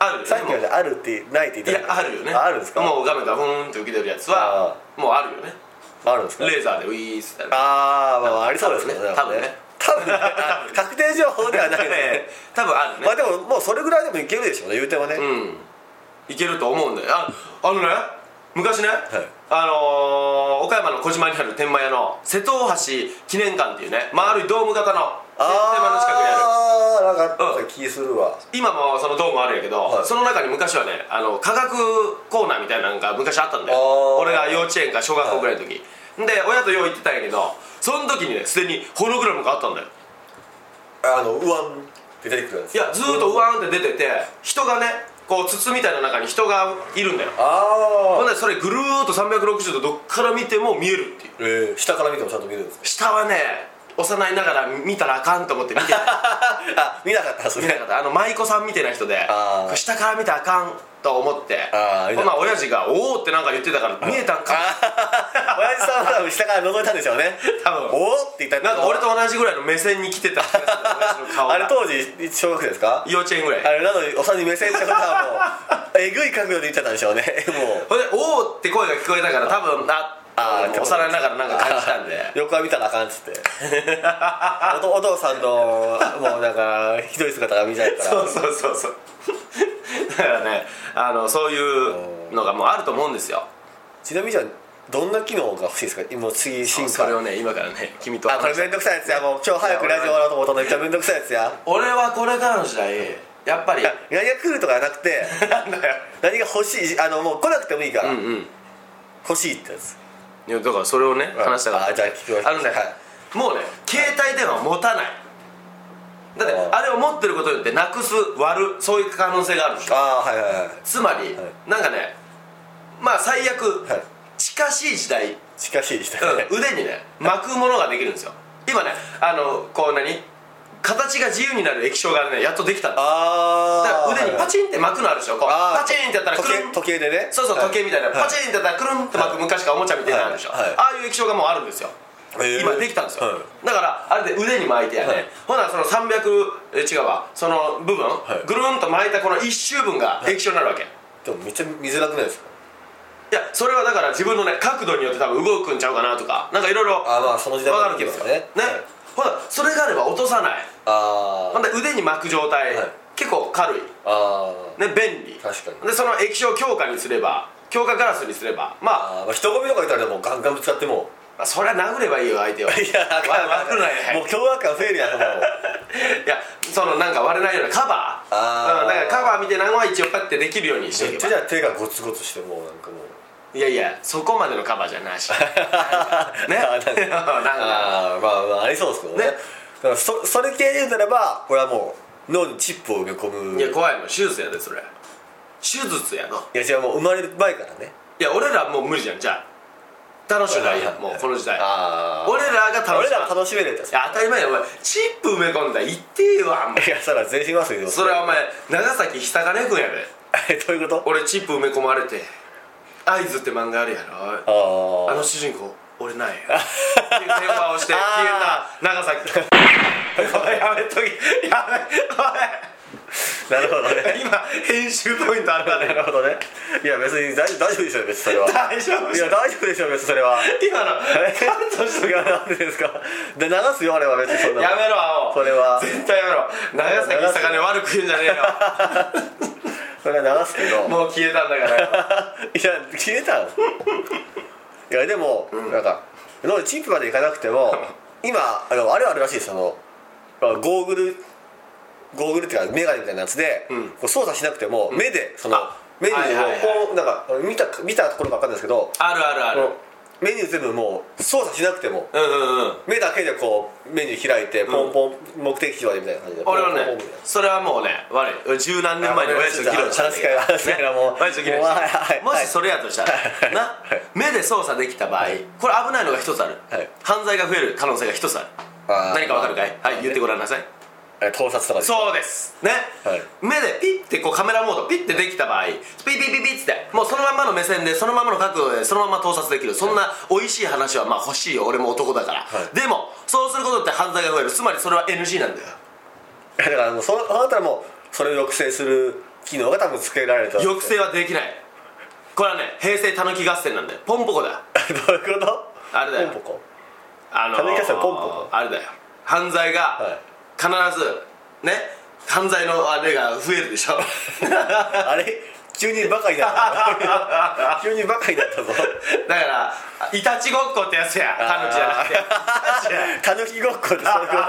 [SPEAKER 2] あるよね
[SPEAKER 5] さっきまであるってないって
[SPEAKER 2] い
[SPEAKER 5] 言っ
[SPEAKER 2] や
[SPEAKER 5] て
[SPEAKER 2] あるよね
[SPEAKER 5] ああるんですか
[SPEAKER 2] もう画面からふーんって浮き出るやつはもうあるよね
[SPEAKER 5] あるんですか
[SPEAKER 2] レーザーでウィーッつってあ
[SPEAKER 5] あーまあまあありそうですけどね
[SPEAKER 2] 多分ね
[SPEAKER 5] 多分ねあ確定情報ではないですね
[SPEAKER 2] 多分あるね
[SPEAKER 5] まあでももうそれぐらいでもいけるでしょうね言うてもね、
[SPEAKER 2] うんいけると思うんだよああのね昔ね、
[SPEAKER 5] い
[SPEAKER 2] あのー岡山の小島にある天満屋の瀬戸大橋記念館っていうね丸いドーム型の
[SPEAKER 5] あ
[SPEAKER 2] 天満の近くにある
[SPEAKER 5] あーなんかあった気するわ、
[SPEAKER 2] 今もそのドームあるんやけど、
[SPEAKER 5] はい
[SPEAKER 2] その中に昔はねあの科学コーナーみたいなのが昔あったんだよ
[SPEAKER 5] あー
[SPEAKER 2] 俺が幼稚園か小学校ぐらいの時、で親とよう行ってたんやけどその時にねすでにホログラムがあったんだよ
[SPEAKER 5] あのうわんって出てくるやつ
[SPEAKER 2] いやずーっとうわーんって出てて人がねこう筒みたいな中に人がいるんだよ
[SPEAKER 5] あ
[SPEAKER 2] ほ
[SPEAKER 5] あ
[SPEAKER 2] んでそれぐるーっと360度どっから見ても見えるっていう
[SPEAKER 5] えー、下から見てもちゃんと見るんですか
[SPEAKER 2] 下はね幼いながら見たらあかんと思って見てない
[SPEAKER 5] あ見なかったそ
[SPEAKER 2] 見
[SPEAKER 5] れ
[SPEAKER 2] なかったあの舞妓さんみたいな人で
[SPEAKER 5] あー
[SPEAKER 2] これ下から見たらあかんと思って
[SPEAKER 5] あー見
[SPEAKER 2] ほ
[SPEAKER 5] た
[SPEAKER 2] な親父が「おお」ってなんか言ってたから見えたんか
[SPEAKER 5] 親父さんは多分下から覗いたんでしょうね
[SPEAKER 2] 多分
[SPEAKER 5] おおって言ったんで
[SPEAKER 2] なん
[SPEAKER 5] しょう
[SPEAKER 2] か俺と同じぐらいの目線に来てた気がする親父の顔が
[SPEAKER 5] あれ当時小学生ですか
[SPEAKER 2] 幼稚園ぐらい
[SPEAKER 5] あれなのにおさに目線ってことはもうえぐい角度で言っちゃったんでしょうねもう
[SPEAKER 2] ほんで「おお」って声が聞こえたから多分あ
[SPEAKER 5] あー
[SPEAKER 2] あの幼いながらなんか感じたんで
[SPEAKER 5] 横は見たらあかんっ つっておとお父さんのもうなんかひどい姿が見ちゃうから
[SPEAKER 2] そうそうそうそう だからねあのそういうのがもうあると思うんですよ
[SPEAKER 5] ちなみにじゃあどんな機能が欲しいですか今次進化
[SPEAKER 2] それをね今からね君と
[SPEAKER 5] あこれめんどくさいやつやもう今日早くラジオ終わろうと思ったのにめっちゃめんどくさいやつや
[SPEAKER 2] 俺はこれからの時代やっぱり
[SPEAKER 5] いや何が来るとかじゃなくて何が欲しいあのもう来なくてもいいか
[SPEAKER 2] う
[SPEAKER 5] ら、
[SPEAKER 2] んうん
[SPEAKER 5] 欲しいってやつ
[SPEAKER 2] いやだからそれをね話したから
[SPEAKER 5] あじゃあ聞きましょう
[SPEAKER 2] あのね、
[SPEAKER 5] はい
[SPEAKER 2] もうね携帯電話持たないだって
[SPEAKER 5] あー
[SPEAKER 2] あれを持ってることによってなくす割るそういう可能性があるでしょ
[SPEAKER 5] ああはいはいはい
[SPEAKER 2] つまり、
[SPEAKER 5] はい
[SPEAKER 2] なんかねまあ最悪、
[SPEAKER 5] はい
[SPEAKER 2] 近しい時代、うん
[SPEAKER 5] 近しい人だね、
[SPEAKER 2] 腕にね巻くものができるんですよ今ねあのこう何形が自由になる液晶がねやっとできたんですだか
[SPEAKER 5] ああ
[SPEAKER 2] ら腕にパチンって巻くのあるでしょこう
[SPEAKER 5] あー
[SPEAKER 2] パチンってやったらく
[SPEAKER 5] 時
[SPEAKER 2] る
[SPEAKER 5] 計
[SPEAKER 2] ん
[SPEAKER 5] 時計でね
[SPEAKER 2] そうそう時計みたいな、
[SPEAKER 5] は
[SPEAKER 2] パチンってやったらくるんって巻く、
[SPEAKER 5] はい
[SPEAKER 2] 昔からおもちゃみたいなのあるでしょ、
[SPEAKER 5] はいはい
[SPEAKER 2] ああいう液晶がもうあるんですよ、
[SPEAKER 5] へー
[SPEAKER 2] 今できたんですよ、
[SPEAKER 5] は
[SPEAKER 2] だからあれで腕に巻いてやね、
[SPEAKER 5] はい
[SPEAKER 2] ほなその300え違うわその部分、
[SPEAKER 5] い
[SPEAKER 2] ぐるんと巻いたこの1周分が液晶になるわけ、い
[SPEAKER 5] でもめっちゃ見づらくないですか
[SPEAKER 2] やそれはだから自分のね角度によって多分動くんちゃうかなとかなんかいろいろ
[SPEAKER 5] あーまあその時代
[SPEAKER 2] 分
[SPEAKER 5] も
[SPEAKER 2] か
[SPEAKER 5] あ
[SPEAKER 2] る
[SPEAKER 5] る
[SPEAKER 2] わけ
[SPEAKER 5] け
[SPEAKER 2] で
[SPEAKER 5] ど
[SPEAKER 2] す
[SPEAKER 5] ね
[SPEAKER 2] よねほなそれがあれば落とさない
[SPEAKER 5] あ
[SPEAKER 2] ほんで腕に巻く状態、
[SPEAKER 5] はい
[SPEAKER 2] 結構軽い
[SPEAKER 5] ああ
[SPEAKER 2] ね便利
[SPEAKER 5] 確かに
[SPEAKER 2] でその液晶を強化にすれば強化ガラスにすればまあ
[SPEAKER 5] あーまあ人混みとかいたらでもガンガンぶつかっても
[SPEAKER 2] まあ、それは殴ればいいよ相手を
[SPEAKER 5] いやあかんあかん
[SPEAKER 2] 割るなよ
[SPEAKER 5] もう凶悪感増えるやん もう
[SPEAKER 2] いやそのなんか割れないようなカバー
[SPEAKER 5] あー
[SPEAKER 2] うんだからカバー見て何は一応パッてできるようにし
[SPEAKER 5] め
[SPEAKER 2] て
[SPEAKER 5] っ
[SPEAKER 2] お
[SPEAKER 5] ち
[SPEAKER 2] け
[SPEAKER 5] ゃじ
[SPEAKER 2] ば
[SPEAKER 5] ゃあ手がゴツゴツしてもうなんかもう
[SPEAKER 2] いやいやそこまでのカバーじゃなし ね
[SPEAKER 5] あー
[SPEAKER 2] なんか
[SPEAKER 5] ああまあまあありそうですけどね
[SPEAKER 2] ね
[SPEAKER 5] だからそそれ系で言うならばこれはもう脳にチップを埋め込む
[SPEAKER 2] いや怖いもん手術やでそれ手術やの
[SPEAKER 5] いや違うもう生まれる前からね
[SPEAKER 2] いや俺らもう無理じゃんじゃあ楽しくないやんもうこの時代
[SPEAKER 5] ああ
[SPEAKER 2] 俺らが楽し
[SPEAKER 5] 俺
[SPEAKER 2] い
[SPEAKER 5] ら楽しめるやつ
[SPEAKER 2] いや当たり前やお前チップ埋め込んだら言ってえわもう
[SPEAKER 5] いやそれは全身麻酔で
[SPEAKER 2] それはお前長崎久金君やで
[SPEAKER 5] え どういうこと
[SPEAKER 2] 俺チップ埋め込まれて「合図」って漫画あるやろ
[SPEAKER 5] あ
[SPEAKER 2] あ
[SPEAKER 5] あ
[SPEAKER 2] の主人公俺なんやっていう電話を して消えた長崎お いやめとけやめ
[SPEAKER 5] なるほど
[SPEAKER 2] おい
[SPEAKER 5] ね
[SPEAKER 2] 今編集ポイントあるから
[SPEAKER 5] なるほどねいや別に大大丈夫でしょ別にそれ は
[SPEAKER 2] 大丈夫
[SPEAKER 5] いや大丈夫でしょ別にそれは
[SPEAKER 2] 今の
[SPEAKER 5] えカットしときゃなんでですか で流すよあれは別にそんな
[SPEAKER 2] やめろ青
[SPEAKER 5] それは
[SPEAKER 2] 絶対やめろ長崎久金悪く言うんじゃね
[SPEAKER 5] それは流すけど
[SPEAKER 2] えよもう消えたんだから
[SPEAKER 5] いや消えたのいやでも、なんか脳にチップまでいかなくて も今あのあれはあるらしいですそのまあゴーグルゴーグルっていうかメガネみたいなやつで、
[SPEAKER 2] うん
[SPEAKER 5] こう操作しなくても、目でその
[SPEAKER 2] あ
[SPEAKER 5] メニュ
[SPEAKER 2] はいはいはい
[SPEAKER 5] ーをこうなんか見た見たところか分かんないですけど
[SPEAKER 2] あるあるあ
[SPEAKER 5] こ
[SPEAKER 2] る
[SPEAKER 5] のメニュー全部もう操作しなくても
[SPEAKER 2] うんうんうん
[SPEAKER 5] 目だけでこうメニュー開いてポンポン、目的地までみたいな感じで
[SPEAKER 2] 俺は
[SPEAKER 5] ポンポン
[SPEAKER 2] ね
[SPEAKER 5] ポンみたいな
[SPEAKER 2] それはもうね悪い十何年前に親父と議論した
[SPEAKER 5] 話す会は話す会はもう
[SPEAKER 2] 親父と議論
[SPEAKER 5] もう
[SPEAKER 2] し
[SPEAKER 5] はいはい
[SPEAKER 2] た
[SPEAKER 5] はい
[SPEAKER 2] もしそれやとしたら
[SPEAKER 5] はい
[SPEAKER 2] な
[SPEAKER 5] はい
[SPEAKER 2] 目で操作できた場合
[SPEAKER 5] はい
[SPEAKER 2] これ危ないのが一つある
[SPEAKER 5] はい
[SPEAKER 2] 犯罪が増える可能性が一つある
[SPEAKER 5] あー
[SPEAKER 2] 何かわかるかいはい言ってごらんなさい
[SPEAKER 5] え盗撮とかで
[SPEAKER 2] そうですね、
[SPEAKER 5] はい
[SPEAKER 2] 目でピッてこうカメラモードピッてできた場合ピッピッピッピッってもうそのまんまの目線でそのまんまの角度でそのまま盗撮できるそんな美味しい話はまあ欲しいよ俺も男だから、
[SPEAKER 5] はい
[SPEAKER 2] でもそうすることって犯罪が増えるつまりそれは NG なんだよ
[SPEAKER 5] だからもうそのあなたはもうそれを抑制する機能が多分つけられた
[SPEAKER 2] 抑制はできないこれはね平成たぬき合戦なんだよポンポコだ
[SPEAKER 5] どういうこと
[SPEAKER 2] あれだよ
[SPEAKER 5] ポンポコ
[SPEAKER 2] あのー
[SPEAKER 5] 狸合戦ポンポ
[SPEAKER 2] あれだよ犯罪が
[SPEAKER 5] は
[SPEAKER 2] 必ずね犯罪のあれが増えるでしょ
[SPEAKER 5] あれ急にバカになった 急にバカになったぞ
[SPEAKER 2] だからイタチごっこってやつやタヌキじゃなくて
[SPEAKER 5] たぬきごっこ でそういうこと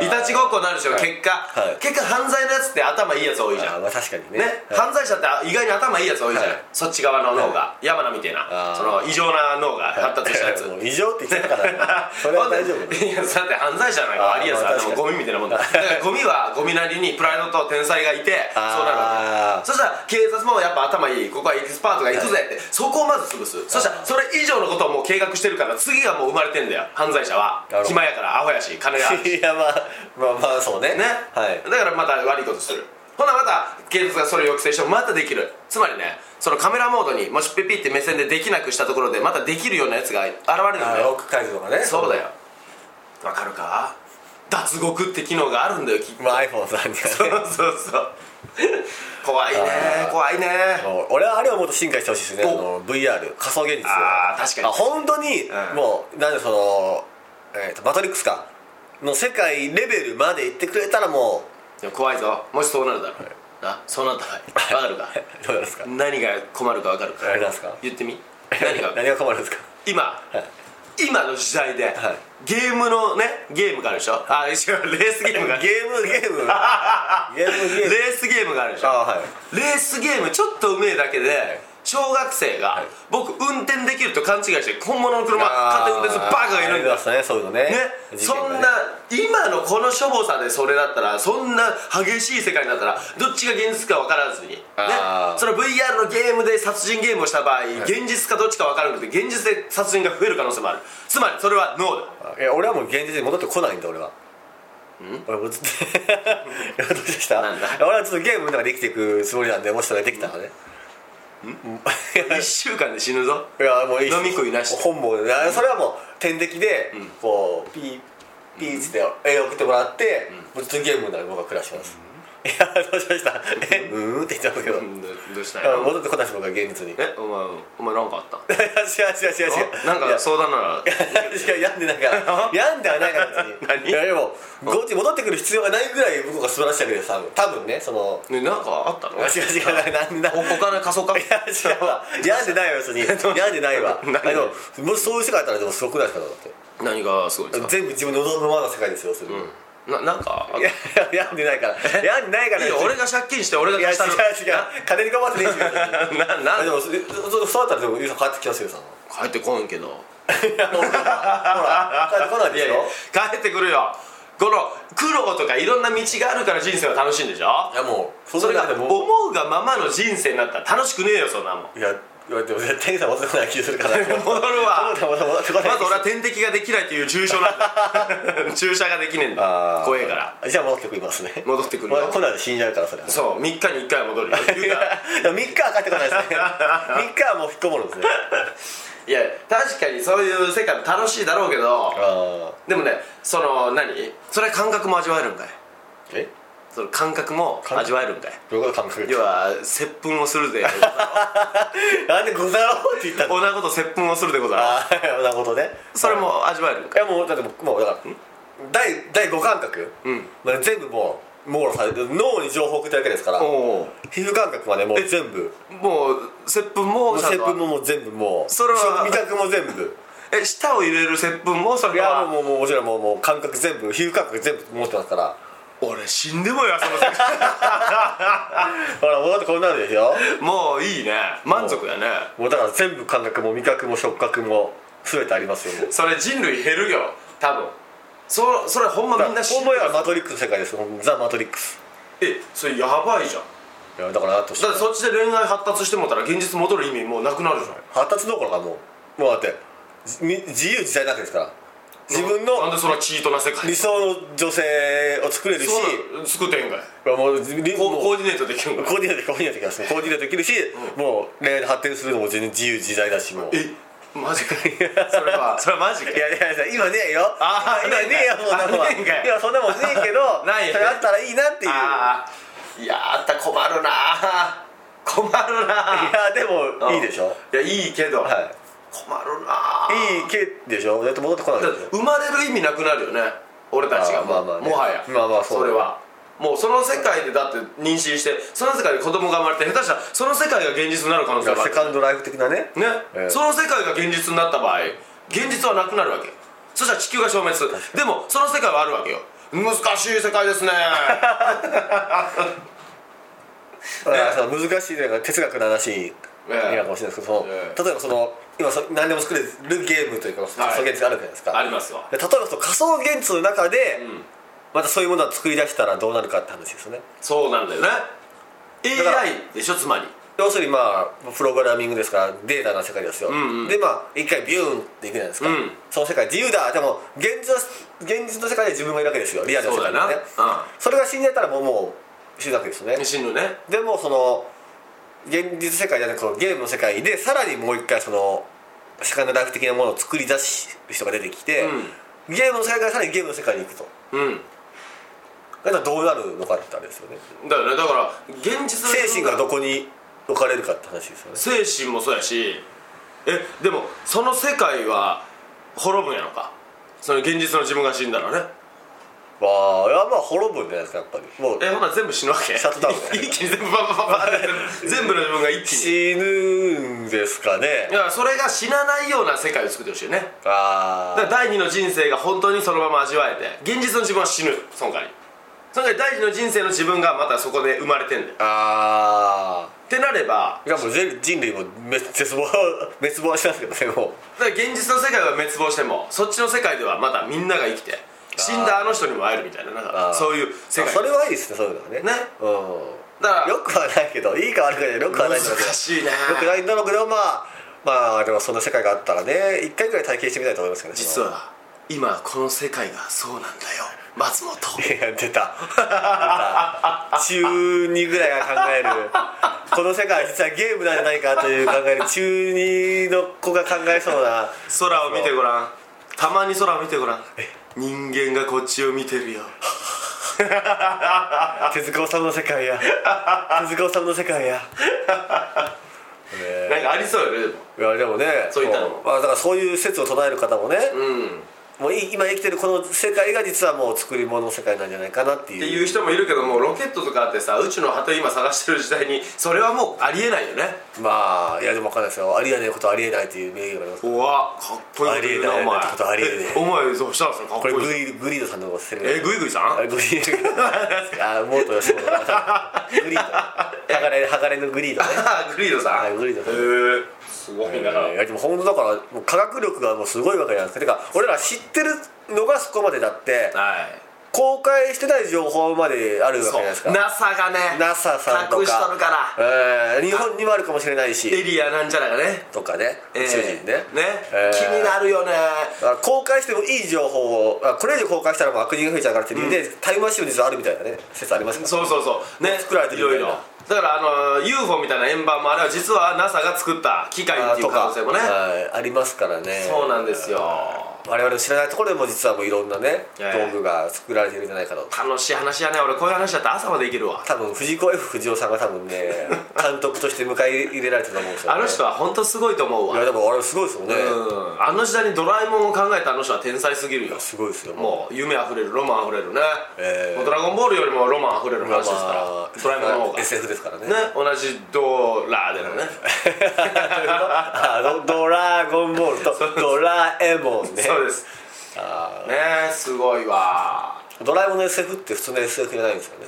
[SPEAKER 2] イタチごっこになるでしょ、
[SPEAKER 5] はい
[SPEAKER 2] 結果、
[SPEAKER 5] はい
[SPEAKER 2] 結果犯罪のやつって頭いいやつ多いじゃ
[SPEAKER 5] あ
[SPEAKER 2] ん
[SPEAKER 5] ーまあ確かにね
[SPEAKER 2] ね、
[SPEAKER 5] はい
[SPEAKER 2] 犯罪者って意外に頭いいやつ多いじゃん、
[SPEAKER 5] はい
[SPEAKER 2] そっち側の脳が、山名みたいな
[SPEAKER 5] あー
[SPEAKER 2] その異常な脳が発達したやつ、
[SPEAKER 5] もう異常って言ってた からそれは大丈 夫
[SPEAKER 2] いやだって犯罪者なんかありやつ
[SPEAKER 5] あーまあ
[SPEAKER 2] はでも
[SPEAKER 5] 確かに
[SPEAKER 2] ゴミみたいなもんだだからゴミはゴミなりにプライドと天才がいてそうなるわけ
[SPEAKER 5] あ
[SPEAKER 2] そしたら警察もやっぱ頭いいここはエキスパートが行くぜって、そこをまず潰すそしたらそれ以上のことをもう計画してるから次がもう生まれてんだよ犯罪者は
[SPEAKER 5] なるほど
[SPEAKER 2] 暇やからアホやし金 があるし
[SPEAKER 5] ーいやまあまあまあそうね
[SPEAKER 2] ね、
[SPEAKER 5] はい
[SPEAKER 2] だからまた悪いことするほなまた警察がそれを抑制してもまたできるつまりねそのカメラモードにもしピッピって目線でできなくしたところでまたできるようなやつが現れるんだ
[SPEAKER 5] あーロッ
[SPEAKER 2] よ
[SPEAKER 5] ク解除とかね
[SPEAKER 2] そうだよわかるか脱獄って機能があるんだよきっと
[SPEAKER 5] まあ iPhone さんに
[SPEAKER 2] そう
[SPEAKER 5] はね
[SPEAKER 2] そうそう怖いね
[SPEAKER 5] あー
[SPEAKER 2] 怖いね
[SPEAKER 5] もう俺はあれをもっと進化してほしいですねあ
[SPEAKER 2] お
[SPEAKER 5] の VR 仮想現実
[SPEAKER 2] あー確かに
[SPEAKER 5] あ本当に
[SPEAKER 2] うん
[SPEAKER 5] もうなんでそのえーとマトリックスかの世界レベルまで行ってくれたらも
[SPEAKER 2] でも怖いぞもしそうなるだろう、なそうなった場合わかるか
[SPEAKER 5] う どうなんですか
[SPEAKER 2] 何が困るかわかるか
[SPEAKER 5] あれなんですか
[SPEAKER 2] 言ってみ何が
[SPEAKER 5] 何が困るんですか
[SPEAKER 2] 今、今の時代で、ゲームのねゲームがあるでしょあ違うレースゲームがあ
[SPEAKER 5] ゲ
[SPEAKER 2] る
[SPEAKER 5] ームゲームゲームゲ
[SPEAKER 2] レ
[SPEAKER 5] ーム
[SPEAKER 2] ースゲームがあるでし
[SPEAKER 5] あ
[SPEAKER 2] ょ
[SPEAKER 5] はい
[SPEAKER 2] レースゲームちょっとうめえだけで小学生が、
[SPEAKER 5] い
[SPEAKER 2] 僕運転できると勘違いして本物の車買って運転するバカがいるんだよ
[SPEAKER 5] ありますねそういうのね
[SPEAKER 2] ね、
[SPEAKER 5] 事件
[SPEAKER 2] そ
[SPEAKER 5] が
[SPEAKER 2] ん
[SPEAKER 5] ね
[SPEAKER 2] な今のこのしょぼさでそれだったらそんな激しい世界になったらどっちが現実か分からずに、ね
[SPEAKER 5] あ、ー
[SPEAKER 2] その VR のゲームで殺人ゲームをした場合、現実かどっちか分からなくて現実で殺人が増える可能性もあるつまりそれはノーだ
[SPEAKER 5] いや俺はもう現実に戻ってこないんだ俺は 俺 もずっとどうした
[SPEAKER 2] なんだ
[SPEAKER 5] 俺はちょっとゲームの中で生きていくつもりなんでもしそれができたらね
[SPEAKER 2] 1週間で死ぬぞ
[SPEAKER 5] いやもういいっす
[SPEAKER 2] 飲み食いなし
[SPEAKER 5] 本望であそれはもう点滴でこうピーピーチで絵送ってもらってもうずっとゲームの中で僕は暮らしてますいやどうしましたえうーんって言っちゃうけど
[SPEAKER 2] うんどどうしたん
[SPEAKER 5] あ
[SPEAKER 2] や
[SPEAKER 5] 戻ってこないです僕は現実にいや
[SPEAKER 2] えお前お前なんか あっ
[SPEAKER 5] 違う違う違う違
[SPEAKER 2] た
[SPEAKER 5] う
[SPEAKER 2] なん
[SPEAKER 5] いや
[SPEAKER 2] か相談なら
[SPEAKER 5] いや病んでな んか病んではないから別
[SPEAKER 2] 何
[SPEAKER 5] にいやでもゴチ戻ってくる必要がないぐらい向こうが素晴らしいわけです多分多分ねその
[SPEAKER 2] ねなんかあったの
[SPEAKER 5] 違う違うなんだ
[SPEAKER 2] おお金貸そうか
[SPEAKER 5] いや違うわ 病んでない わ別に病んでないわ
[SPEAKER 2] 何
[SPEAKER 5] あのもしそういう世界だったらでもすごくないですかだっ
[SPEAKER 2] 何がすごいですか
[SPEAKER 5] て全部自分の望むままの世界ですよそれ、い
[SPEAKER 2] ななんかあっ
[SPEAKER 5] やい や病んでない から病んでないから
[SPEAKER 2] たいいよ俺が借金して俺が
[SPEAKER 5] いや違
[SPEAKER 2] 貸
[SPEAKER 5] う
[SPEAKER 2] したの
[SPEAKER 5] 違う金に困ってねえし別 に
[SPEAKER 2] なな
[SPEAKER 5] あ
[SPEAKER 2] ん
[SPEAKER 5] でもそそそうだったらでもゆうさん帰ってきますよゆ うさんは
[SPEAKER 2] 帰ってこんけど
[SPEAKER 5] いやほら帰ってこない
[SPEAKER 2] い
[SPEAKER 5] で
[SPEAKER 2] や
[SPEAKER 5] し
[SPEAKER 2] い
[SPEAKER 5] ょ
[SPEAKER 2] や帰ってくるよこの苦労とかいろんな道があるから人生は楽しいんでしょ
[SPEAKER 5] いやもう
[SPEAKER 2] それが
[SPEAKER 5] で
[SPEAKER 2] 思
[SPEAKER 5] もう
[SPEAKER 2] うがままの人生になったら楽しくねえよそんなもん
[SPEAKER 5] いやいやでも絶対にさ戻ってこない気がするか ら
[SPEAKER 2] 戻る わ
[SPEAKER 5] 戻って戻ってこない
[SPEAKER 2] まず俺は点滴ができないという重症なんだ 注射ができねえんだ
[SPEAKER 5] あー
[SPEAKER 2] 怖えから
[SPEAKER 5] じゃあ戻ってくりますね
[SPEAKER 2] 戻ってくるよ
[SPEAKER 5] まあ来ないで死んじゃうからそれは
[SPEAKER 2] そう3日に1回は戻る よ言うたら
[SPEAKER 5] でも3日は帰ってこないです ね3日はもう引っこもるんですね
[SPEAKER 2] いや確かにそういう世界も楽しいだろうけど
[SPEAKER 5] ああ
[SPEAKER 2] でもねその何それ感覚も味わえるんかい
[SPEAKER 5] え
[SPEAKER 2] その感覚も
[SPEAKER 5] 感覚
[SPEAKER 2] 味わえるんかい
[SPEAKER 5] どういうこと感覚
[SPEAKER 2] 要は接吻をするぜ
[SPEAKER 5] なんでござろうって言 ったの
[SPEAKER 2] 女こと接吻をするでござる
[SPEAKER 5] ああなるほどね
[SPEAKER 2] それも味わえるの
[SPEAKER 5] い
[SPEAKER 2] か
[SPEAKER 5] やもうだってもうもうだから第第五感覚、
[SPEAKER 2] うん
[SPEAKER 5] だから全部もう網羅されて脳に情報を送ってるわけですから
[SPEAKER 2] おお
[SPEAKER 5] 皮膚感覚までもう全部
[SPEAKER 2] もう接吻も
[SPEAKER 5] もう
[SPEAKER 2] ちゃん
[SPEAKER 5] 接
[SPEAKER 2] と
[SPEAKER 5] 吻ももう全部もう
[SPEAKER 2] それは
[SPEAKER 5] 味覚も全部
[SPEAKER 2] え舌を入れる接吻もそ
[SPEAKER 5] い
[SPEAKER 2] れ
[SPEAKER 5] や
[SPEAKER 2] は
[SPEAKER 5] もうもうもちろんもうもう感覚全部皮膚感覚全部持ってますから
[SPEAKER 2] 俺死んでもよその世界
[SPEAKER 5] ほらもうだってこんなんですよ
[SPEAKER 2] もういいね満足だね
[SPEAKER 5] もうだから全部感覚も味覚も触覚も全てありますよもう
[SPEAKER 2] それ人類減るよ多分そそれほんまみんな
[SPEAKER 5] ほんまやマトリックスの世界ですほんザ・マトリックス
[SPEAKER 2] えそれやばいじゃん
[SPEAKER 5] いやだからあと
[SPEAKER 2] だってそっちで恋愛発達してもたら現実戻る意味もうなくなるじゃん
[SPEAKER 5] 発達どころかもうもうだってじ自由自在なわけですから自分の
[SPEAKER 2] なんでそんなチートな世界
[SPEAKER 5] 理想の女性を作れるし
[SPEAKER 2] そうなん作ってんかい
[SPEAKER 5] もうリ
[SPEAKER 2] コ
[SPEAKER 5] もう
[SPEAKER 2] コーディネートできるんかい
[SPEAKER 5] コーディネートコーディネートできますねコーディネートできるし、もう恋愛で発展するのも全然自由自在だしもうい
[SPEAKER 2] えマジかいそれは それはマジかい
[SPEAKER 5] やいやいや今ねえよ
[SPEAKER 2] あー
[SPEAKER 5] 今ねえよもう
[SPEAKER 2] あ
[SPEAKER 5] そんなもんは
[SPEAKER 2] ねえんかい
[SPEAKER 5] 今そんなもんねえけど
[SPEAKER 2] ないよね
[SPEAKER 5] それあったらいいなっていう
[SPEAKER 2] あーいやーあった困るなー困る
[SPEAKER 5] い
[SPEAKER 2] な
[SPEAKER 5] やでも
[SPEAKER 2] ー
[SPEAKER 5] いいでしょ
[SPEAKER 2] いやいいけど、
[SPEAKER 5] は
[SPEAKER 2] 困るなー
[SPEAKER 5] いいいけでしょだって戻ってこない
[SPEAKER 2] だっ
[SPEAKER 5] で
[SPEAKER 2] て
[SPEAKER 5] しょ
[SPEAKER 2] 生まれる意味なくなるよね俺たちが
[SPEAKER 5] あーまあまあね
[SPEAKER 2] もはや
[SPEAKER 5] まあまあそう
[SPEAKER 2] れはもうその世界でだって妊娠してその世界で子供が生まれて下手したらその世界が現実になる可能性があ
[SPEAKER 5] セ
[SPEAKER 2] る
[SPEAKER 5] カンドライフ的なね
[SPEAKER 2] ね、
[SPEAKER 5] ええ
[SPEAKER 2] その世界が現実になった場合現実はなくなるわけそしたら地球が消滅でもその世界はあるわけよ難しい世界 ですね
[SPEAKER 5] だからその難しいというか哲学の話になるかもしれないですけど、その
[SPEAKER 2] ええ
[SPEAKER 5] 例えばその今そ何でも作れるゲームというか仮想現実があるじゃないですか、
[SPEAKER 2] ありますわ
[SPEAKER 5] で例えばその仮想現実の中で、
[SPEAKER 2] ん
[SPEAKER 5] またそういうものを作り出したらどうなるかって話ですよね
[SPEAKER 2] そうなんだよね
[SPEAKER 5] から
[SPEAKER 2] AI でしょつまり
[SPEAKER 5] 要するにまあプログラミングですからデータの世界ですよ、
[SPEAKER 2] んうん
[SPEAKER 5] でまあ一回ビューンっていくじゃないですか、
[SPEAKER 2] うん
[SPEAKER 5] その世界自由だでも現実は現実の世界で自分がいるわけですよリアルの世界でね
[SPEAKER 2] そうだなうん
[SPEAKER 5] それが死んじゃったらもうもう死ぬわけですよね
[SPEAKER 2] 死ぬね
[SPEAKER 5] でもその現実世界じゃなくそのゲームの世界でさらにもう一回そのセカンドライフ的なものを作り出す人が出てきて、ゲームの世界からさらにゲームの世界に行くと
[SPEAKER 2] うん
[SPEAKER 5] だからどうなるのかってあれですよね
[SPEAKER 2] だよねだから現実の
[SPEAKER 5] 精神がどこに置かれるかって話ですよね
[SPEAKER 2] 精神もそうやしえでもその世界は滅ぶんやのかその現実の自分が死んだらね
[SPEAKER 5] まあいやまあ滅ぶんじゃないですかやっぱりもう
[SPEAKER 2] えほな全部死ぬわけ
[SPEAKER 5] シャットダウン
[SPEAKER 2] 一気に全部バンバンバンバンって全部の自分が一気に
[SPEAKER 5] 死ぬんですかね
[SPEAKER 2] いやそれが死なないような世界を作ってほしいよね
[SPEAKER 5] あ
[SPEAKER 2] だ
[SPEAKER 5] あ
[SPEAKER 2] から第二の人生が本当にそのまま味わえて現実の自分は死ぬその代わりその代わり第二の人生の自分がまたそこで生まれてんだよ
[SPEAKER 5] あ
[SPEAKER 2] ってなれば
[SPEAKER 5] あいやもう全人類もめ絶望 滅亡はしますけどねもう
[SPEAKER 2] だから現実の世界は滅亡してもそっちの世界ではまたみんなが生きて死んだあの人にも会えるみたいななん
[SPEAKER 5] あ
[SPEAKER 2] か
[SPEAKER 5] ー
[SPEAKER 2] そういう世界
[SPEAKER 5] あそれはいいですねそういうのはね
[SPEAKER 2] ね
[SPEAKER 5] う
[SPEAKER 2] だから
[SPEAKER 5] んよくはないけどいいか悪くないよくはない
[SPEAKER 2] 難
[SPEAKER 5] んだろうけど
[SPEAKER 2] しいね
[SPEAKER 5] よくないんだろうけどまあまあでもそんな世界があったらね一回ぐらい体験してみたいと思いますけどね
[SPEAKER 2] 実は今この世界がそうなんだよ松本
[SPEAKER 5] いや出た出た中二ぐらいが考えるこの世界は実はゲームなんじゃないかという考える中二の子が考えそうな
[SPEAKER 2] 空を見てごらんたまに空を見てごらん人間がこっちを見てるよ
[SPEAKER 5] 手塚治虫の世界や手塚治虫の世界や
[SPEAKER 2] なんかありそうよねでも
[SPEAKER 5] いやでもね
[SPEAKER 2] そういったのも
[SPEAKER 5] まあ、だからそういう説を唱える方もね、
[SPEAKER 2] うん
[SPEAKER 5] もうい今生きてるこの世界が実はもう作り物の世界なんじゃないかなっていう
[SPEAKER 2] っていう人もいるけどもロケットとかあってさ宇宙の果てを今探してる時代にそれはもうありえないよね
[SPEAKER 5] まあいやでも分かんないですよありえないことありえないっていう名言があります
[SPEAKER 2] うわかっこいいこと言うな
[SPEAKER 5] ありえ
[SPEAKER 2] お
[SPEAKER 5] ない
[SPEAKER 2] 前
[SPEAKER 5] なんてことありえねえ
[SPEAKER 2] お前どうしたんですかかっ
[SPEAKER 5] こ
[SPEAKER 2] こい
[SPEAKER 5] れ
[SPEAKER 2] い
[SPEAKER 5] グリグリードさんのセリフ
[SPEAKER 2] えグイグイさ
[SPEAKER 5] あ
[SPEAKER 2] ん
[SPEAKER 5] れグリードあ元吉本のグリード剥がれ剥がれのグリード ね
[SPEAKER 2] あグリードさ
[SPEAKER 5] は
[SPEAKER 2] ん
[SPEAKER 5] いグリードさん
[SPEAKER 2] へえすごい
[SPEAKER 5] い
[SPEAKER 2] な
[SPEAKER 5] やでも本当だからもう科学力がもうすごいわけじゃないですかてか俺ら知ってるのがそこまでだって
[SPEAKER 2] はい
[SPEAKER 5] 公開してない情報まであるわけじゃ
[SPEAKER 2] そ
[SPEAKER 5] な
[SPEAKER 2] う
[SPEAKER 5] いですか
[SPEAKER 2] NASA がね
[SPEAKER 5] NASA さんとか
[SPEAKER 2] 隠しとるから
[SPEAKER 5] えー日本にもあるかもしれないし
[SPEAKER 2] エリアなんじゃないかね
[SPEAKER 5] とかね宇
[SPEAKER 2] えー
[SPEAKER 5] 宙人ね、
[SPEAKER 2] ね、
[SPEAKER 5] えー
[SPEAKER 2] 気になるよね
[SPEAKER 5] だから公開してもいい情報をあこれ以上公開したらもう悪人が増えちゃうからっていう理由で、タイムマシンも実はあるみたいなね説ありますから
[SPEAKER 2] そうそうそうね
[SPEAKER 5] 作られてる
[SPEAKER 2] い
[SPEAKER 5] み
[SPEAKER 2] ろい
[SPEAKER 5] たいな
[SPEAKER 2] ろだからあの UFO みたいな円盤もあれは実は NASA が作った機械っていう可能性もね
[SPEAKER 5] はいありますからね
[SPEAKER 2] そうなんですよ
[SPEAKER 5] 我々の知らないところでも実はもういろんなね
[SPEAKER 2] ええ
[SPEAKER 5] 道具が作られてるんじゃないかと
[SPEAKER 2] 楽しい話やね俺こういう話だったら朝までいけるわ
[SPEAKER 5] 多分藤子 F 不二雄さんが多 分ね監督として迎え入れられてると思うんですよ、
[SPEAKER 2] あ
[SPEAKER 5] ね、
[SPEAKER 2] の人は本当すごいと思う
[SPEAKER 5] いや
[SPEAKER 2] わ
[SPEAKER 5] でもあれすごいですよね、
[SPEAKER 2] うんあの時代にドラえもんを考えたあの人は天才すぎるよ
[SPEAKER 5] すごいですよも
[SPEAKER 2] もう夢あふれるロマンあふれるね、
[SPEAKER 5] えー
[SPEAKER 2] もうドラゴンボールよりもロマンあふれる
[SPEAKER 5] う
[SPEAKER 2] 話ですからドラえもんの 方が
[SPEAKER 5] SF ですからね
[SPEAKER 2] ね同じドラでのね
[SPEAKER 5] あのドラゴンボールとドラえもんね
[SPEAKER 2] そうですねえすごいわ
[SPEAKER 5] ドラえもんの SF って普通の SF じゃないんですよね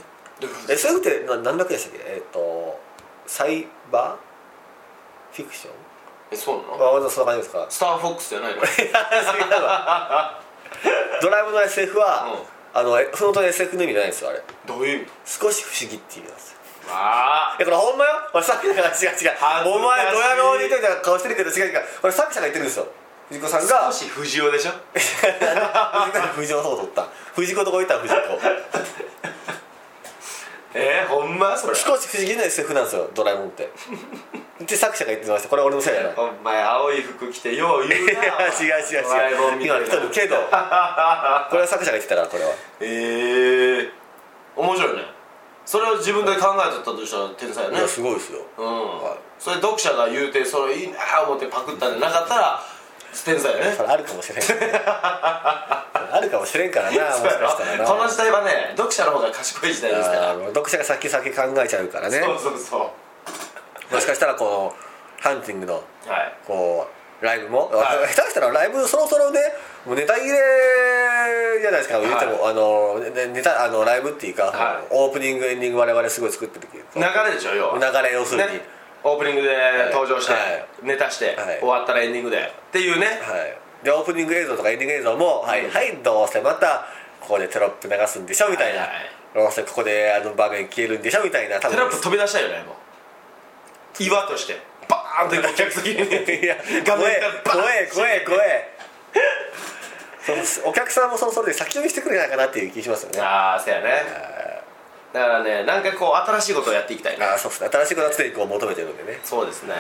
[SPEAKER 5] SF ってな何だっけでしたっけえっ、とサイバーフィクション
[SPEAKER 2] えそうな
[SPEAKER 5] あ
[SPEAKER 2] の
[SPEAKER 5] そんな感じですか
[SPEAKER 2] スターフォックスじゃないの
[SPEAKER 5] ドラえもんの SF は、あのえ本当に SF の意味じゃないんですよあれ
[SPEAKER 2] どういう意味
[SPEAKER 5] 少し不思議っていうやつ
[SPEAKER 2] わあ
[SPEAKER 5] いやこれほんまよ俺さっきだから違う違う
[SPEAKER 2] 恥ずかしい
[SPEAKER 5] お前ドヤ顔で言ってみたいな顔してるけど違う違うこれ作者が言ってるんですよ藤子さ んが
[SPEAKER 2] 少し藤尾でしょ
[SPEAKER 5] 藤子の方取った藤子とこ行ったら藤子
[SPEAKER 2] えー、ほんまそれ
[SPEAKER 5] 少し不思議な SF なんですよドラえもんってで作者が言ってましたこれ俺のせいやな
[SPEAKER 2] ほんまや青い服着てよう言うな
[SPEAKER 5] いや 違う違う違う
[SPEAKER 2] ドラえもんみ
[SPEAKER 5] 今
[SPEAKER 2] たい
[SPEAKER 5] は
[SPEAKER 2] な
[SPEAKER 5] 太るけどこれは作者が言ってたなこれは
[SPEAKER 2] ええー、面白いねそれを自分で考えとったとしたら天才や
[SPEAKER 5] い
[SPEAKER 2] ね
[SPEAKER 5] やすごいですよ
[SPEAKER 2] うん、
[SPEAKER 5] はい
[SPEAKER 2] それ読者が言うてそれいいなあ思ってパクったんじゃなかったら天才やね
[SPEAKER 5] それあるかもしれんそれあるかもしれんからなもしかしたらな
[SPEAKER 2] この時代はね読者の方が賢い時代ですか
[SPEAKER 5] あ
[SPEAKER 2] ら、
[SPEAKER 5] ー読者が先々考えちゃうからね
[SPEAKER 2] そうそうそ
[SPEAKER 5] もしかしたらこうハンティングの
[SPEAKER 2] うはい
[SPEAKER 5] こうライブも、
[SPEAKER 2] はい
[SPEAKER 5] 下手したらライブそろそろねもうネタ入れじゃないですか、言ってもあのねネタあのライブっていうか、
[SPEAKER 2] はい
[SPEAKER 5] オープニングエンディング我々すごい作ってるけど
[SPEAKER 2] 流れでしょ要は
[SPEAKER 5] 流れ要するに、
[SPEAKER 2] ねオープニングで登場して、
[SPEAKER 5] はい
[SPEAKER 2] ネタして、
[SPEAKER 5] はい
[SPEAKER 2] 終わったらエンディングでっていうね、
[SPEAKER 5] はい、でオープニング映像とかエンディング映像も「はい、はい、どうせまたここでテロップ流すんでしょ」みたいな、
[SPEAKER 2] はいはい
[SPEAKER 5] どうせここであの場面消えるんでしょ」みたいな多
[SPEAKER 2] テロップ飛び出したよねもう岩としてバーンと客席に
[SPEAKER 5] いや
[SPEAKER 2] 画
[SPEAKER 5] 怖
[SPEAKER 2] 面
[SPEAKER 5] え
[SPEAKER 2] がバ
[SPEAKER 5] 怖
[SPEAKER 2] ーン
[SPEAKER 5] え怖え怖えそのお客さんもそのそれで先読みしてくれないかなっていう気しますよねあ
[SPEAKER 2] ああそうやねだからねなんかこう新しいことをやっていきたいね
[SPEAKER 5] あそうですね新しいことは常にこう求めてるんでね
[SPEAKER 2] そうですね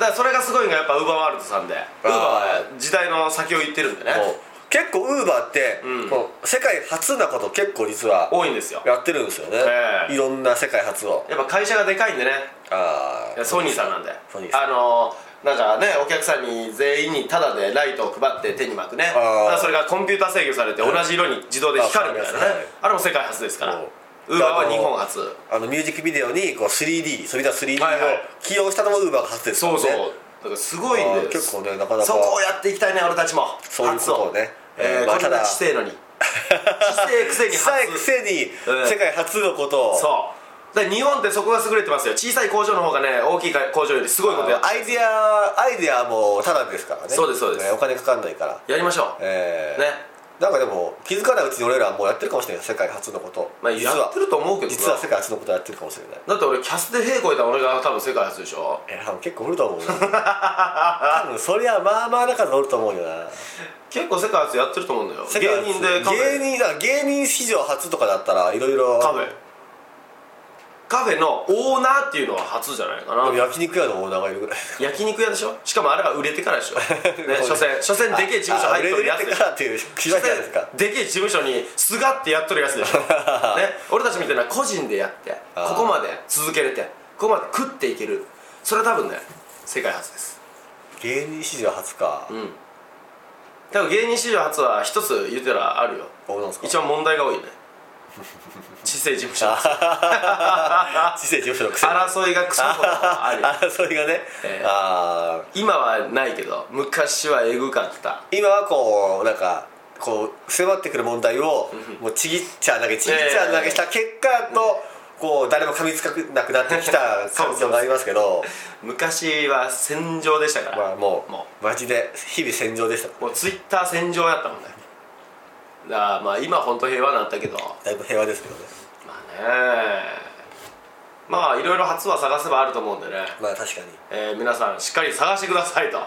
[SPEAKER 2] だからそれがすごいのがやっぱウーバーワールドさんでウーバーは時代の先を行ってるんでね
[SPEAKER 5] もう結構ウーバーって、
[SPEAKER 2] うん
[SPEAKER 5] こう世界初なこと結構実は
[SPEAKER 2] 多いんですよ
[SPEAKER 5] やってるんですよね、
[SPEAKER 2] ええ
[SPEAKER 5] いろんな世界初を
[SPEAKER 2] やっぱ会社がでかいんでね
[SPEAKER 5] ああ
[SPEAKER 2] ソニーさんなんで
[SPEAKER 5] ソニーさん
[SPEAKER 2] あのなんかねお客さんに全員にタダでライトを配って手に巻くねだ
[SPEAKER 5] あー
[SPEAKER 2] からそれがコンピューター制御されて同じ色に自動で光るみたいなね
[SPEAKER 5] あわかりますはい
[SPEAKER 2] あれも世界初ですから
[SPEAKER 5] そう
[SPEAKER 2] ウーバーは日本初
[SPEAKER 5] あのミュージックビデオにこう 3D それでは 3D を
[SPEAKER 2] はいはい
[SPEAKER 5] 起用したのもウーバーが初ですか
[SPEAKER 2] そ
[SPEAKER 5] ら
[SPEAKER 2] う
[SPEAKER 5] ね
[SPEAKER 2] そうだからすごい
[SPEAKER 5] あ
[SPEAKER 2] ね
[SPEAKER 5] ー結構ねなかなか
[SPEAKER 2] そこをやっていきたいね俺たちも
[SPEAKER 5] そういうことをね
[SPEAKER 2] 初え
[SPEAKER 5] え
[SPEAKER 2] ー
[SPEAKER 5] ーまあ
[SPEAKER 2] こん
[SPEAKER 5] た
[SPEAKER 2] な
[SPEAKER 5] だ
[SPEAKER 2] 知性の に知性くせに
[SPEAKER 5] 小
[SPEAKER 2] 初
[SPEAKER 5] さいくせに
[SPEAKER 2] うん
[SPEAKER 5] 世界初のことを
[SPEAKER 2] そうだから日本ってそこが優れてますよ小さい工場の方がね大きい工場よりすごいことや
[SPEAKER 5] アイデアアイデアもただですからね
[SPEAKER 2] そうですそうです
[SPEAKER 5] ねお金かかんないから
[SPEAKER 2] やりましょう
[SPEAKER 5] えー
[SPEAKER 2] ね
[SPEAKER 5] なんかでも気づかないうちに俺らはもうやってるかもしれない世界初のこと、
[SPEAKER 2] まあやってると思うけどな
[SPEAKER 5] 実は世界初のことやってるかもしれない
[SPEAKER 2] だって俺キャスで屁こいた俺が多分世界初でしょ
[SPEAKER 5] えー、結構おる と思うよ多分そりゃまあまあな数おると思うよな
[SPEAKER 2] 結構世界初やってると思うんだよ
[SPEAKER 5] 世界初
[SPEAKER 2] 芸人でカフェ
[SPEAKER 5] 芸人だから芸人史上初とかだったらいろいろ
[SPEAKER 2] カフェカフェのオーナーっていうのは初じゃないかな
[SPEAKER 5] でも焼肉屋のオーナーがいるぐらい
[SPEAKER 2] 焼肉屋でしょしかもあれは売れてからで しょ、ね、所詮所 詮でけえ事務所入っとるやつ
[SPEAKER 5] あ売れ
[SPEAKER 2] でし
[SPEAKER 5] て
[SPEAKER 2] ょ
[SPEAKER 5] からっていう気ないですか
[SPEAKER 2] でけえ事務所にすがってやっとるやつで しょ、ね、俺たちみたいな個人でやって
[SPEAKER 5] あー
[SPEAKER 2] ここまで続けれてここまで食っていけるそれは多分ね世界初です
[SPEAKER 5] 芸人史上初か、
[SPEAKER 2] うん多分芸人史上初は一つ言うたらあるよ
[SPEAKER 5] おなんですか
[SPEAKER 2] 一番問題が多いね知性事務 所
[SPEAKER 5] 知性事務所のくせ に
[SPEAKER 2] 争いがクソほどあるよ
[SPEAKER 5] 争いがね、
[SPEAKER 2] ええ
[SPEAKER 5] ああ
[SPEAKER 2] 今はないけど昔はえぐかった
[SPEAKER 5] 今はこうなんかこう迫ってくる問題をもうちぎっちゃうだけちぎっちゃうだけした結果と、こう誰も噛みつかなくなってき た
[SPEAKER 2] そうそう
[SPEAKER 5] 感情がありますけ ど
[SPEAKER 2] 昔は戦場でしたから、
[SPEAKER 5] まあもう
[SPEAKER 2] も
[SPEAKER 5] マジで日々戦場でした
[SPEAKER 2] うもうツイッター戦場やったもんねだからまあ今本当平和になったけど
[SPEAKER 5] だいぶ平和ですけどね
[SPEAKER 2] まあねまあいろいろ初は探せばあると思うんでね、
[SPEAKER 5] まあ確かに
[SPEAKER 2] えー皆さんしっかり探してくださいと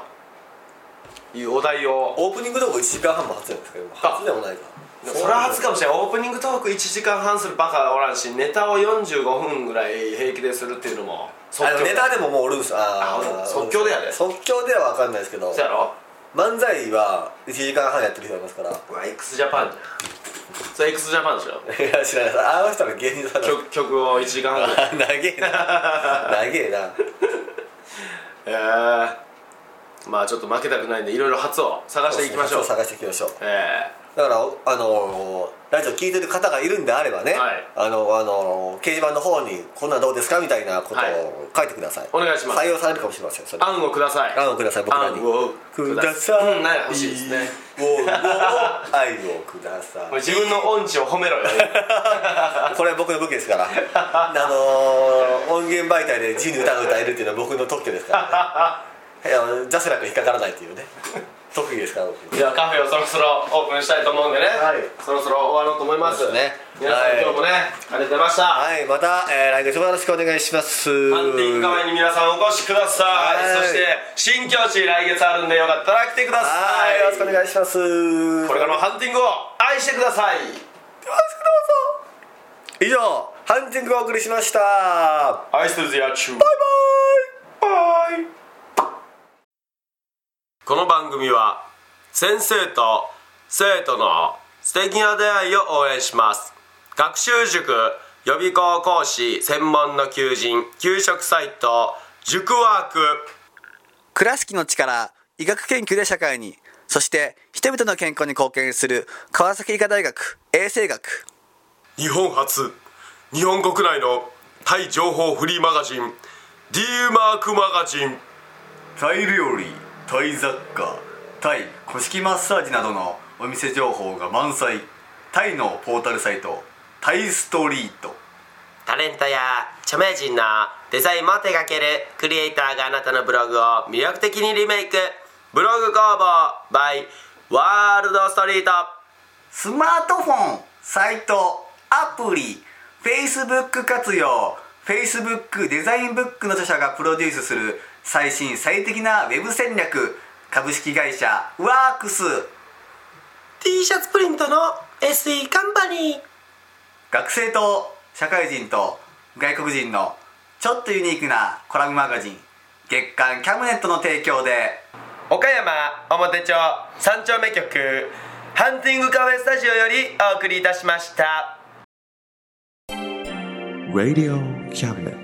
[SPEAKER 2] いうお題を
[SPEAKER 5] オープニング動画1時間半も初なんですけど初でもないか
[SPEAKER 2] それは初かもしれないオープニングトーク1時間半するバカはおらんしネタを45分ぐらい平気でするっていうのも即
[SPEAKER 5] あの
[SPEAKER 2] 興
[SPEAKER 5] ネタでももうおるんすあー
[SPEAKER 2] あ即興でやで
[SPEAKER 5] 即興では分かんないですけど
[SPEAKER 2] そうやろ
[SPEAKER 5] 漫才は1時間半やってる人いますから
[SPEAKER 2] うわ x ジャパンじゃんそれ x ジャパンでしょ
[SPEAKER 5] いや知らないあの人は芸人さんだ
[SPEAKER 2] 曲曲を1時間半ぐらい
[SPEAKER 5] あ長え な長えな
[SPEAKER 2] えー、まあちょっと負けたくないんでいろいろ初を探していきましょう
[SPEAKER 5] 探していきましょう
[SPEAKER 2] え
[SPEAKER 5] だからおあのーラジオ聞いてる方がいるんであればね、
[SPEAKER 2] はい
[SPEAKER 5] あのあのー掲示板の方にこんなんどうですかみたいなこと
[SPEAKER 2] はい
[SPEAKER 5] を書いてください、
[SPEAKER 2] お願いします
[SPEAKER 5] 採用されるかもしれませんそれ
[SPEAKER 2] ー、案をください
[SPEAKER 5] 案をください僕らに
[SPEAKER 2] 案を
[SPEAKER 5] ください、
[SPEAKER 2] うんなんか欲しいですね
[SPEAKER 5] おお愛をくださ
[SPEAKER 2] もう
[SPEAKER 5] い
[SPEAKER 2] 自分の音痴を褒めろよ
[SPEAKER 5] これ僕の武器で すからあのー、音源媒体で 自由に歌が歌えるっていうのは僕の特許ですからねいやジャスラックに引っかからないっていうね
[SPEAKER 6] 特技ですから僕
[SPEAKER 2] ではカフェをそろそろオープンしたいと思うんでね、
[SPEAKER 6] はい
[SPEAKER 2] そろそろ終わろうと思います
[SPEAKER 6] そうですね
[SPEAKER 2] 皆さん、
[SPEAKER 6] はい
[SPEAKER 2] 今日もねありがとうございました、
[SPEAKER 6] はいまた、えー、来月もよろしくお願いします
[SPEAKER 2] ハンティングカフェに皆さんお越しください、
[SPEAKER 6] はい
[SPEAKER 2] そして新境地来月あるんでよかったら来てくださ
[SPEAKER 6] はい
[SPEAKER 2] い
[SPEAKER 6] よろしくお願いします
[SPEAKER 2] これからもハンティングを愛してください
[SPEAKER 6] 以上ハンティングをお送りしました
[SPEAKER 2] 愛してるぜやちゅバイバイバイこの番組は先生と生徒の素敵な出会いを応援します学習塾予備校講師専門の求人給食サイト塾ワーク
[SPEAKER 7] 倉敷の力医学研究で社会にそして人々の健康に貢献する川崎医科大学衛生学
[SPEAKER 2] 日本初日本国内のタイ情報フリーマガジン D マークマガジン
[SPEAKER 5] タイ料理タイ雑貨タイ古式マッサージなどのお店情報が満載タイのポータルサイトタイストリート
[SPEAKER 2] タレントや著名人のデザインも手掛けるクリエイターがあなたのブログを魅力的にリメイクブログ工房 by ワールドストリート
[SPEAKER 5] スマートフォンサイトアプリ Facebook 活用 Facebook デザインブックの著者がプロデュースする最新最適なウェブ戦略株式会社ワークス
[SPEAKER 2] T シャツプリントの SE カンパニー
[SPEAKER 5] 学生と社会人と外国人のちょっとユニークなコラムマガジン月刊キャムネットの提供で
[SPEAKER 2] 岡山表町三丁目局ハンティングカフェスタジオよりお送りいたしました
[SPEAKER 8] Radio Cabinet.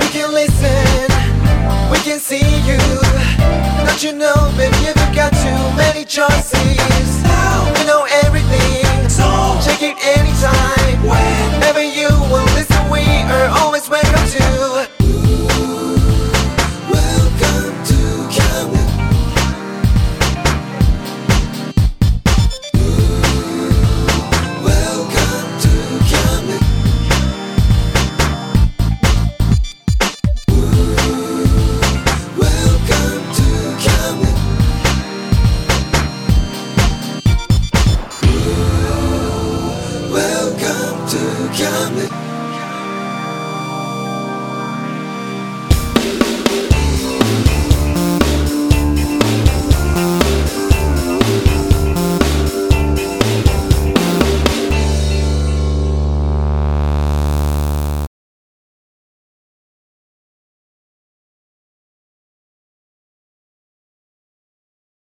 [SPEAKER 9] We can listen, we can see you. Don't you know, baby, you've got too many choices. Now we know everything, so check it anytime. Whenever you will listen, we are always welcome to. Welcome to Camden. Welcome to Camden. Welcome to Camden. Welcome to Camden.